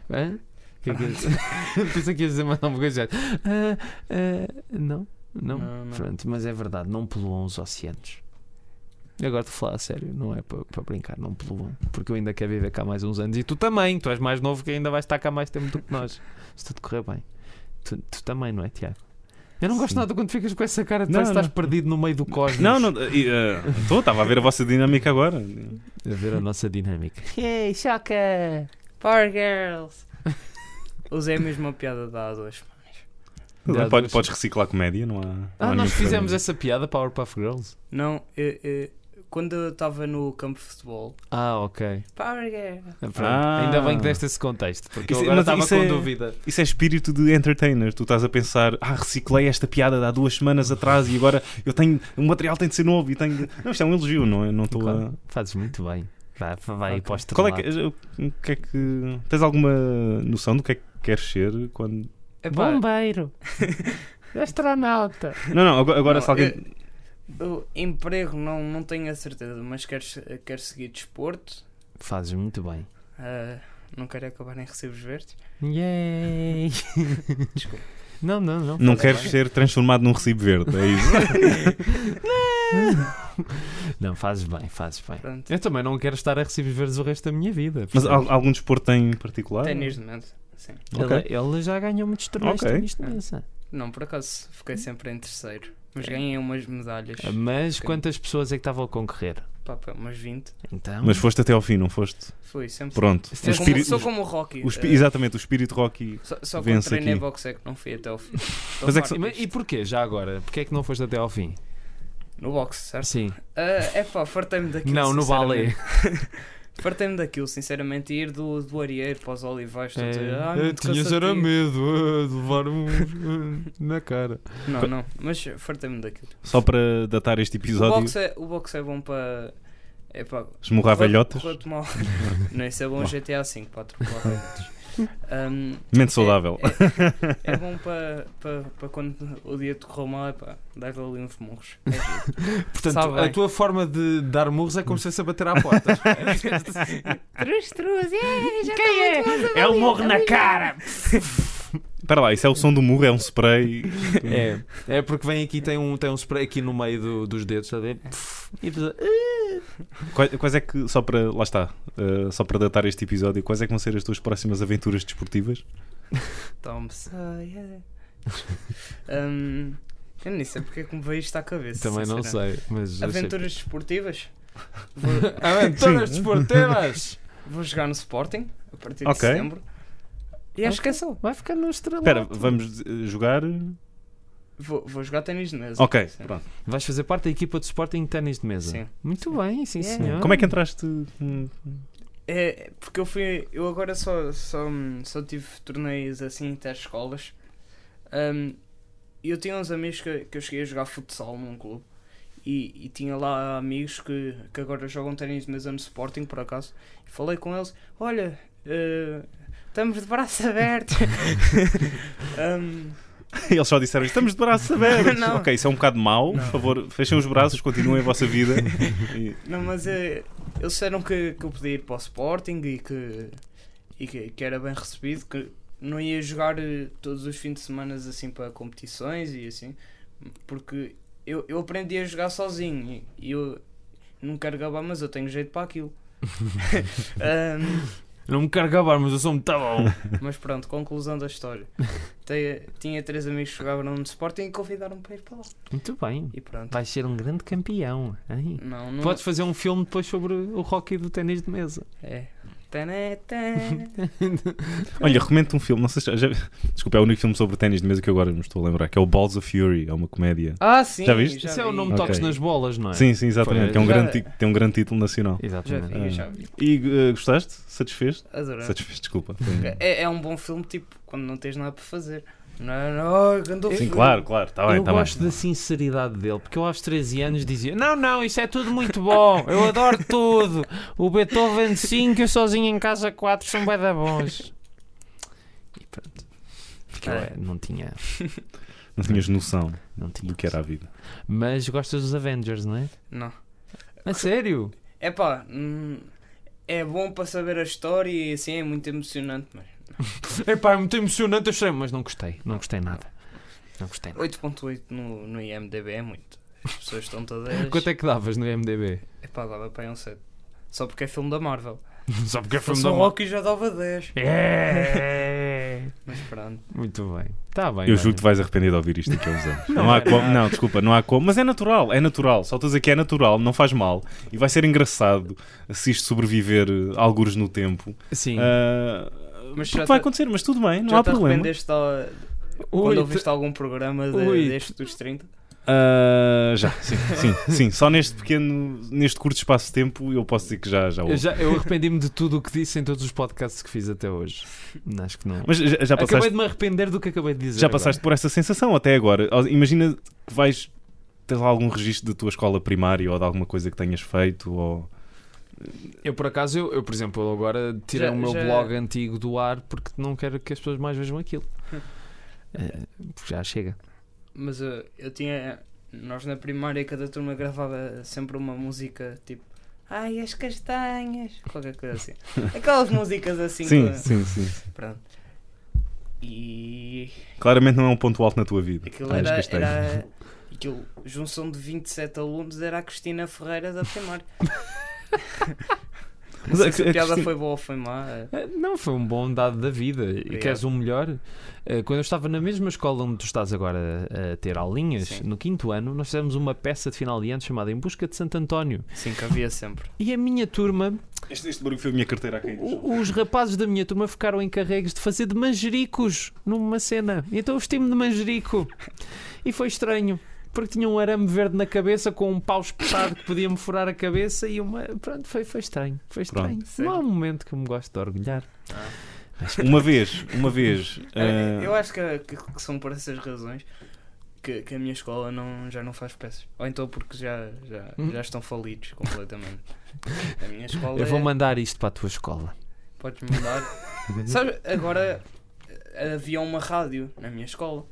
D: Hã? O que é que ias- Pensei que ias dizer mais alguma coisa. Ah, ah, não, não.
E: Não, não.
D: Pronto, mas é verdade, não poluam os oceanos. Eu agora estou a falar a sério, não é para para brincar, não poluam. Porque eu ainda quero viver cá mais uns anos e tu também, tu és mais novo que ainda vais estar cá mais tempo do que nós. Se tudo correr bem. Tu, tu também, não é, Tiago? Eu não gosto
B: Sim.
D: nada quando ficas com essa cara, de
B: Não,
D: parece que estás
B: não.
D: perdido no meio do cosmos.
B: Não, não. e, eh, Estou, estava a ver a vossa dinâmica agora.
D: A ver a nossa dinâmica.
G: Yay, choca! Power girls!
E: usei a mesma piada da A2.
D: Dá
B: Pode-
D: duas-
B: Podes reciclar comédia, não há. não há
D: Ah,
B: nenhum
D: nós fizemos
B: problema.
D: essa piada, Powerpuff Girls.
E: Não, eu- eu- quando eu estava no campo de futebol,
D: Ah, ok.
G: Power girl!
D: Pronto.
B: Ah.
D: Ainda bem que deste esse contexto, porque
B: Isso-
D: eu agora
B: mas
D: estava
B: isso
D: com
B: é-
D: dúvida.
B: Isso é espírito de entertainer. Tu estás a pensar, ah, reciclei esta piada de há duas semanas atrás e agora eu tenho. O material tem de ser novo e tenho. de- Não, isto é um elogio, não é? Não estou a.
D: Fazes muito bem. Vai, vai okay.
E: Ok.
D: para o
B: Qual é
D: estrelado.
B: que, o que é que. Tens alguma noção do que é que queres ser quando.
E: epá,
G: Bombeiro! Astronauta!
B: Não, não, agora, agora
E: Não,
B: se alguém.
D: eh,
E: eu- emprego não, não tenho a certeza, mas quero, se- quero seguir desporto.
D: Fazes muito bem.
E: ah, não quero acabar em recibos verdes.
D: Yay!
E: Desculpa.
D: Não, não, não.
B: Não queres ser transformado num recibo verde, é isso?
D: Não, fazes bem, fazes bem.
B: É
E: Pronto.
D: Eu também não quero estar a receber verdes o resto da minha vida.
B: Mas
D: portanto.
B: al- algum desporto em particular?
E: Ténis de mente. Sim.
B: Ok.
D: ele, ele já ganhou muitos torneios é
B: Ok.
D: okay. de mesa.
E: Não, por acaso
B: Hum.
E: fiquei sempre em terceiro. Mas
B: É.
E: ganhei umas medalhas.
D: Mas
E: Ok.
D: quantas pessoas é que estavam a concorrer?
E: Papa, umas 20.
D: Então,
B: Mas foste até ao fim, não foste?
E: Fui, sempre.
B: Pronto.
D: Isso
B: O
D: é
E: Como-
B: espírito-
E: sou como o Rocky.
B: o espi-
E: eh,
B: Exatamente, o espírito rocky.
E: Só, só que eu
B: vence
E: treinei
B: aqui.
E: boxe é que não fui até ao fim. Estou
B: Mas é que
E: farto
D: E- mas-
E: disto.
D: E porquê, já agora? Porquê é que não foste até ao fim?
E: No boxe, certo?
D: Sim.
E: É pá, fartei-me daquilo.
D: Não, no balé.
E: sinceramente. Fartei-me daquilo, sinceramente. E ir do, do Arieiro para os Olivais. estou a dizer, "Ah,
D: eu
E: muito
D: tinha
E: cansativo."
D: É, era medo de levar um na cara.
E: Não, não, mas fartei-me daquilo.
B: Só para datar este
E: O
B: episódio,
E: boxe, é, o boxe é bom para. É pá.
B: esmurrar velhotas.
E: mal. Não, isso é bom GTA V, 4 velhotas. Ahm,
B: Mente saudável.
E: É bom para pa, pa quando o dia te correu mal, é pá, dar-lhe ali uns murros. É giro.
D: Portanto,
E: Sabe
D: a
E: bem.
D: tua forma de dar murros é como se fosse a bater à porta.
G: Trus, trus! Ei, já
H: tá
D: Quem é?
G: é?
D: Ele morre na cara!
B: Espera lá, isso é o som do murro, é um spray.
E: É
D: É, é porque vem aqui, tem um, tem um spray aqui no meio do- dos dedos, está a ver? E depois-
B: Quais, quais é que, só para, lá está, eh, só para datar este episódio, quais é que vão ser as tuas próximas aventuras desportivas?
E: Tom
B: Ah,
E: Sawyer. Hum, eu nem sei porque é que me veio isto à cabeça.
D: Também não
E: sinceramente.
D: sei, mas. achei-
E: Aventuras desportivas? Vou,
D: Aventuras desportivas!
E: vou jogar no Sporting a partir de
B: Ok.
E: setembro. E acho que é só.
D: Vai ficar no estrelado.
B: Espera, vamos eh, jogar.
E: Vou, vou jogar ténis de mesa.
B: Ok,
E: Sim.
B: pronto.
D: Vais fazer parte da equipa de Sporting de ténis de mesa.
E: Sim.
D: Muito bem, sim
G: Yeah.
D: senhor.
B: Como é que entraste? hum,
E: É, porque eu fui. Eu agora só, só, só tive torneios assim até as escolas. Hum, E eu tinha uns amigos que, que eu cheguei a jogar futsal num clube. E, e tinha lá amigos que, que agora jogam ténis de mesa no Sporting, por acaso. E falei com eles: Olha, eh, estamos de braço aberto. Hum,
B: Eles só disseram estamos de braços abertos.
E: Não.
B: Ok, isso é um bocado mau. Por favor, fechem os braços, continuem a vossa vida. E-
E: Não, mas eh, eles disseram que, que eu podia ir para o Sporting e que, e que, que era bem recebido, que não ia jogar eh, todos os fins de semana assim para competições e assim, porque eu, eu aprendi a jogar sozinho e, e eu não quero gabar, mas eu tenho jeito para aquilo. Ahm,
D: Não me quero acabar, mas eu sou muito bom.
E: mas pronto, conclusão da história. Te- tinha três amigos que jogavam no Sporting e convidaram-me para ir para lá.
D: Muito bem.
E: E pronto.
D: Vais ser um grande campeão. hein?
E: Não, não.
D: Podes fazer um filme depois sobre o Rocky do ténis de mesa.
E: É. Tané, tané.
B: Olha, recomendo um filme. Não sei se já... Desculpa, é o único filme sobre ténis de mesa que eu agora me estou a lembrar, que é o Balls of Fury. É uma comédia.
E: Ah, sim.
B: Já viste?
D: Isso é o
E: vi.
D: nome
B: Ok.
D: toques nas bolas, não é?
B: Sim, sim,
D: Foi-
B: exatamente. Que é um
E: Já-
B: grande, ti- tem um grande título nacional.
E: Já
D: Exatamente.
E: vi, já vi.
B: E eh, gostaste? Satisfez?
E: Adorei.
B: Satisfez, desculpa. Foi-
E: É, é um bom filme, tipo, quando não tens nada para fazer. Não, não, Gandalf.
B: Sim, claro, claro. Está bem,
D: eu
B: está
D: gosto
B: bem.
D: da sinceridade dele, porque eu aos 13 anos dizia: Não, não, isso é tudo muito bom, eu adoro tudo. O Beethoven 5, eu sozinho em casa 4, são bem da bons. E pronto. Porque eu
E: É.
D: eh, não tinha.
B: Não tinhas noção
D: Não tinha.
B: do que era a vida.
D: Mas gostas dos Avengers, não é?
E: Não.
D: A sério?
E: É pá, hum, é bom para saber a história e assim é muito emocionante, mas.
D: Epá, é muito emocionante, eu sei, mas não gostei, não gostei nada. Não gostei nada.
E: 8.8 no, no IMDB é muito. As pessoas estão todas.
D: Quanto é que davas no MDB?
E: É pá, dava para aí um 7. Só porque é filme da Marvel.
D: Só porque é
E: Filme
B: um
E: da Rocky já dava 10.
D: É.
E: Mas pronto.
D: Muito bem. Está bem.
B: Eu
D: olha.
B: juro que vais arrepender de ouvir isto daqui a uns anos. Não,
D: Não
B: há
D: é
B: como,
D: nada.
B: não, desculpa, não há como, mas é natural, é natural. Só estou a dizer que é natural, não faz mal. E vai ser engraçado se isto sobreviver eh, algures no tempo.
D: Sim.
B: Ah,
E: Mas
B: porque
E: já
B: vai
E: te-
B: acontecer, mas tudo bem, não
E: já
B: há
E: te
B: problema.
E: arrependeste da-
D: Ui,
E: quando ouviste algum programa de-
D: Ui.
E: deste dos 30?
B: Ah, já, sim, sim, sim. Só neste pequeno, neste curto espaço de tempo, eu posso dizer que já, já
D: Eu,
B: ouvi.
D: já- eu arrependi-me de tudo o que disse em todos os podcasts que fiz até hoje. Acho que não.
B: Mas já, já passaste.
D: Acabei de me arrepender do que acabei de dizer.
B: Já passaste por essa sensação até agora. Ou- Imagina que vais ter lá algum registro da tua escola primária ou de alguma coisa que tenhas feito. Ou...
D: agora. Eu, por acaso, eu, eu, por exemplo, eu agora tirei
E: Já-
D: o meu
E: já-
D: blog antigo do ar porque não quero que as pessoas mais vejam aquilo. Eh, porque já chega.
E: Mas eu, eu tinha. Nós na primária, cada turma gravava sempre uma música tipo.
G: Ai, as castanhas.
E: Qualquer coisa assim. Aquelas músicas assim.
B: Sim,
E: que-
B: sim, sim.
E: Pronto. E
B: Claramente não é um ponto alto na tua vida.
E: aquilo
B: Ah,
E: era,
B: esqueci.
E: era aquilo, junção de 27 alunos era a Cristina Ferreira da primária. Não
B: Mas
E: sei
B: a-
E: se
B: a
E: a piada
B: Cristina-
E: foi boa ou foi má. eh,
D: Eh, Não, foi um bom dado da vida. E
E: Obrigado.
D: queres um melhor? Eh, Quando eu estava na mesma escola onde tu estás agora eh, a- a ter aulinhas,
E: Sim.
D: no quinto ano, nós fizemos uma peça de final de ano chamada Em Busca de Santo António.
E: Sim, que havia sempre.
D: E a minha turma
B: Este, este barulho foi a minha carteira a cair. do chão.
D: O- Os rapazes da minha turma ficaram encarregues de fazer de manjericos numa cena. Então eu vesti-me de manjerico. E foi estranho. Porque tinha um arame verde na cabeça com um pau espetado que podia-me furar a cabeça e uma. Pronto, foi, foi estranho. Foi estranho.
B: Pronto.
D: Não há um momento que eu me gosto de orgulhar.
B: Uma vez, uma vez.
D: Eh,
B: ah,
E: É, Eu acho que, que- que são por essas razões que, que a minha escola não, já não faz peças. Ou então porque já, já,
D: Hum.
E: já estão falidos completamente. A minha escola.
D: Eu vou
E: é-
D: mandar isto para a tua escola.
E: Podes mudar. Sabes, agora eh, havia uma rádio na minha escola.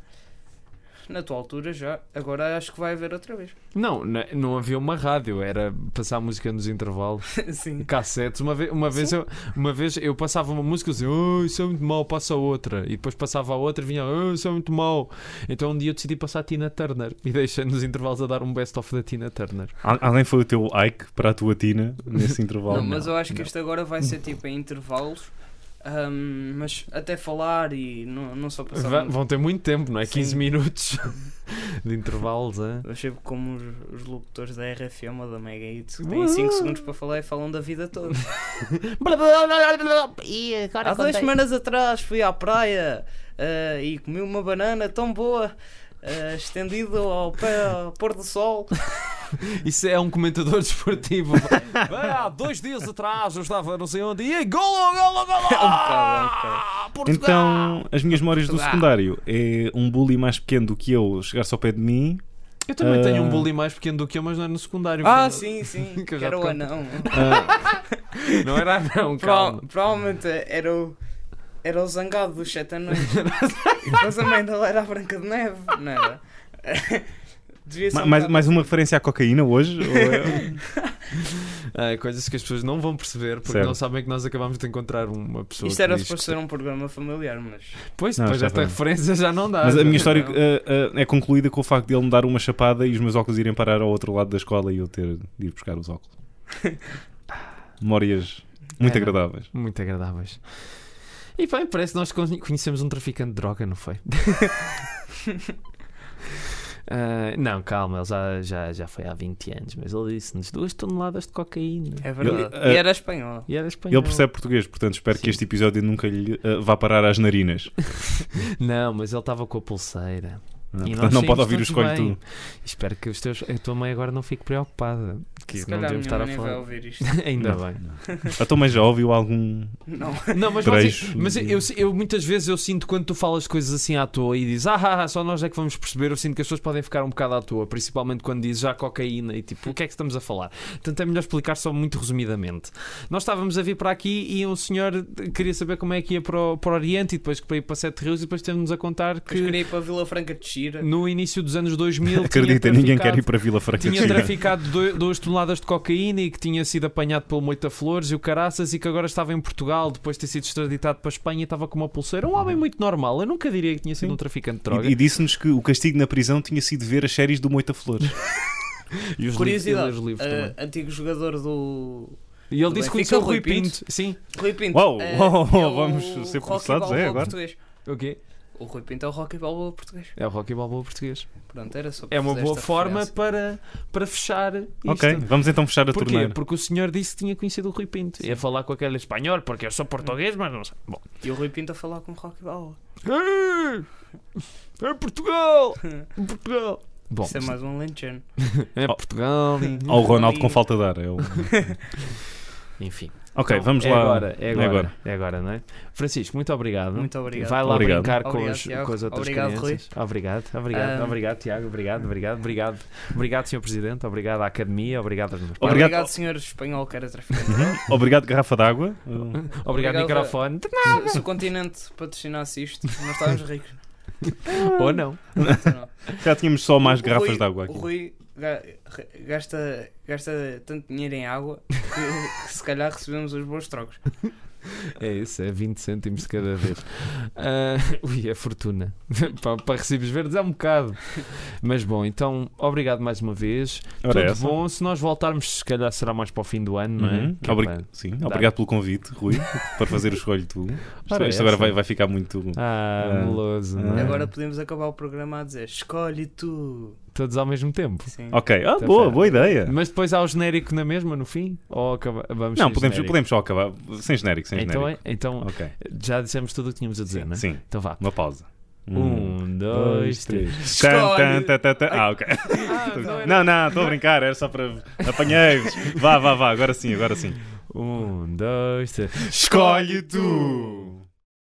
E: na tua altura já, agora acho que vai haver outra vez.
D: Não, na- não havia uma rádio, era passar música nos intervalos,
E: Sim.
D: cassetes. um Uma, ve uma, vez, eu, uma vez eu passava uma música e dizia, oh, isso é muito mau, passa outra. E depois passava a outra e vinha, oh, isso é muito mau. Então um dia eu decidi passar a Tina Turner e deixei nos intervalos a dar um best-of da Tina Turner.
B: Al- Alguém foi o teu Ike para a tua Tina nesse intervalo?
E: Não, mas eu acho que
B: não.
E: este agora vai ser tipo em intervalos, ahm, mas até falar e não, não só passar. um
D: Va- vão ter muito tempo, não é?
E: Sim.
D: 15 minutos de intervalos, é?
E: Eu achei como os, os locutores da RFM ou da Mega Hits que têm 5 segundos para falar e falam da vida toda.
G: E agora
E: Há duas
G: contei.
E: semanas atrás fui à praia ah, e comi uma banana tão boa. ah, estendido ao pé ao pôr do sol.
D: Isso é um comentador desportivo. Bem, há dois dias atrás eu estava não sei onde e golo, golo, golo!
E: É um bocado, é um bocado.
D: Ah,
B: Então, as minhas memórias do
E: Portugal.
B: secundário é um bully mais pequeno do que eu chegar-se ao pé de mim.
D: Eu também
B: Ah.
D: tenho um bully mais pequeno do que eu, mas não era no secundário.
E: Ah,
D: Fernando.
E: sim, sim.
D: Que
E: que
D: eu já
E: era
D: te
E: o
D: conto.
E: anão.
B: Ah,
D: Não era não,
E: Pro-
D: calma.
E: provavelmente era o. Era o zangado dos sete anões. Mas a mãe dela era a Branca de Neve, não era? Devia ser.
B: ma-
E: um
B: mais,
E: bocado-
B: mais uma referência à cocaína hoje? Ou é-
D: Ah, coisas que as pessoas não vão perceber porque
B: Certo.
D: não sabem que nós acabamos de encontrar uma pessoa.
E: Isto
D: que
E: era um-
D: diz
E: suposto
D: que-
E: ser um programa familiar, mas.
D: Pois,
B: Não,
D: depois
B: está
D: esta
B: bem.
D: referência já não dá.
B: Mas a minha história
E: Não.
B: ah, ah, é concluída com o facto de ele me dar uma chapada e os meus óculos irem parar ao outro lado da escola e eu ter de ir buscar os óculos. Memórias muito
D: É.
B: agradáveis.
D: Muito agradáveis. E bem, parece que nós con- conhecemos um traficante de droga, não foi? Ah, não, calma, ele já, já, já foi há 20 anos, mas ele disse-nos duas toneladas de cocaína.
E: É verdade.
B: Ele-
D: Eh,
E: e era espanhol.
D: E era espanhol.
B: Ele percebe português, portanto espero que este episódio nunca lhe ah, vá parar às narinas.
D: Não, mas ele estava com a pulseira.
B: Ah,
D: E nós
B: portanto não pode
D: saímos
B: ouvir o
D: todos
B: escolho
D: bem.
B: tu.
D: Espero que os teus, a tua mãe agora não fique preocupada. Que
E: Se
D: não
E: calhar a minha
D: devemos estar a
E: mãe nem vai
D: falar.
E: ouvir isto.
D: Ainda
B: Não.
D: bem.
B: A tua mãe Ah, então, já ouviu algum
E: Não.
D: Não, mas,
B: Trecho.
D: vocês- mas eu, eu muitas vezes eu sinto quando tu falas coisas assim à toa e dizes ah, ah, ah, só nós é que vamos perceber, eu sinto que as pessoas podem ficar um bocado à toa, principalmente quando dizes já cocaína e tipo, o que é que estamos a falar? Portanto, é melhor explicar só muito resumidamente. Nós estávamos a vir para aqui e um senhor queria saber como é que ia para o, para o Oriente e depois que para ir para Sete Rios e depois teve-nos a contar
E: Depois
D: que
E: queria ir para a Vila Franca de Xira.
D: no início dos anos 2000
B: Acredita,
D: tinha
B: ninguém
D: traficado-
B: quer ir para a Vila Franca de
D: tinha
B: Xira.
D: traficado 2 toneladas de cocaína e que tinha sido apanhado pelo Moita Flores e o Caraças e que agora estava em Portugal depois de ter sido extraditado para a Espanha e estava com uma pulseira. Um homem muito normal. Eu nunca diria que tinha sido
B: Sim.
D: um traficante de droga.
B: E, e disse-nos que o castigo na prisão tinha sido ver as séries do Moita Flores.
D: E os
E: Curiosidade.
D: livros, e ler os livros
E: ah,
D: também.
E: antigo jogador do.
D: E ele
E: do
D: disse que
E: Benfica,
D: conheceu o
E: o
D: Rui
E: Rui Pinto.
D: Pinto. Sim.
E: Rui Pinto.
B: Uau,
E: ah,
B: uau,
E: é o
B: vamos ser
E: Rocky
B: processados, é,
E: Balboa
B: agora?
E: português.
D: O quê?
E: O Rui Pinto é o Rocky Balboa português.
D: É o Rocky Balboa português.
E: Pronto, era só para
D: É uma
E: fazer
D: boa
E: esta
D: forma
E: referência.
D: para, para fechar isto.
B: ok, vamos então fechar a
D: Porquê?
B: torneira.
D: Porque o senhor disse que tinha conhecido o Rui Pinto. É, Ia falar com aquele espanhol, porque eu sou português, mas não sei. Bom.
E: E o Rui Pinto a falar com o Rocky Balboa.
D: É Portugal! Portugal! Bom,
E: Isso é mais um lentejano.
D: É
B: Oh.
D: Portugal. e-
B: Ou o Ronaldo
E: Ali.
B: com falta de ar. é o-
D: Enfim.
B: Ok,
D: Então,
B: vamos
D: é
B: lá.
D: Agora, é,
B: É
D: agora,
B: agora.
D: é agora, não é? Francisco, muito obrigado.
E: Muito obrigado.
D: Hum? Vai lá
B: Obrigado.
D: brincar com,
E: Obrigado,
D: as,
E: Tiago.
D: com as outras
E: Obrigado,
D: crianças. Obrigado, obrigado,
E: Ah.
D: obrigado, Tiago. Obrigado, obrigado, obrigado. Obrigado, Sr. Presidente. Obrigado à Academia. Obrigado aos meus pais.
E: Obrigado,
B: Obrigado.
E: senhor espanhol que era traficante.
B: Uhum. Obrigado, garrafa d'água.
D: Obrigado,
E: Obrigado,
D: microfone.
E: se, se o continente patrocinasse isto, nós estávamos ricos.
D: Ou não.
E: Então, não.
B: Já tínhamos só mais
E: O
B: garrafas
E: Rui-
B: de água
E: O
B: aqui.
E: Rui ga- re- gasta, gasta tanto dinheiro em água que, que se calhar recebemos os bons trocos.
D: É isso, é 20 cêntimos de cada vez. Ah, ui, é fortuna. para, para recibos verdes é um bocado. Mas bom, então, obrigado mais uma vez.
B: Ora,
D: Tudo
B: essa.
D: bom. Se nós voltarmos, se calhar será mais para o fim do ano, não é?
B: Uhum.
D: Que é
B: Obri-
D: para-
B: Sim, obrigado pelo convite, Rui, para fazer o escolho tu. Isto-
D: Ora,
B: Isto agora
D: essa.
B: vai, vai ficar muito.
D: Ah,
B: Ah.
D: meloso. não é?
B: Ah.
E: Agora podemos acabar o programa a dizer: escolhe tu.
D: Todos ao mesmo tempo.
E: Sim.
B: Ok, ah,
D: Tá
B: boa,
D: certo.
B: boa ideia.
D: Mas depois há o genérico na mesma, no fim? Ou acaba- vamos
B: Não,
D: sem
B: podemos,
D: genérico?
B: podemos só acabar. Sem genérico, sem
D: Então,
B: genérico.
D: é- então
B: Ok,
D: já dissemos tudo o que tínhamos a dizer, não é?
B: sim,
D: Então vá.
B: uma pausa.
D: Um, dois, três.
B: Tan, tan,
E: Escolhe. então
B: tan, tan, tan. Ah, ok. Não, não, estou a brincar, era só para. Apanhei-vos. Vá, vá, vá, agora sim, agora sim.
D: Um, dois, três.
B: Escolhe tu!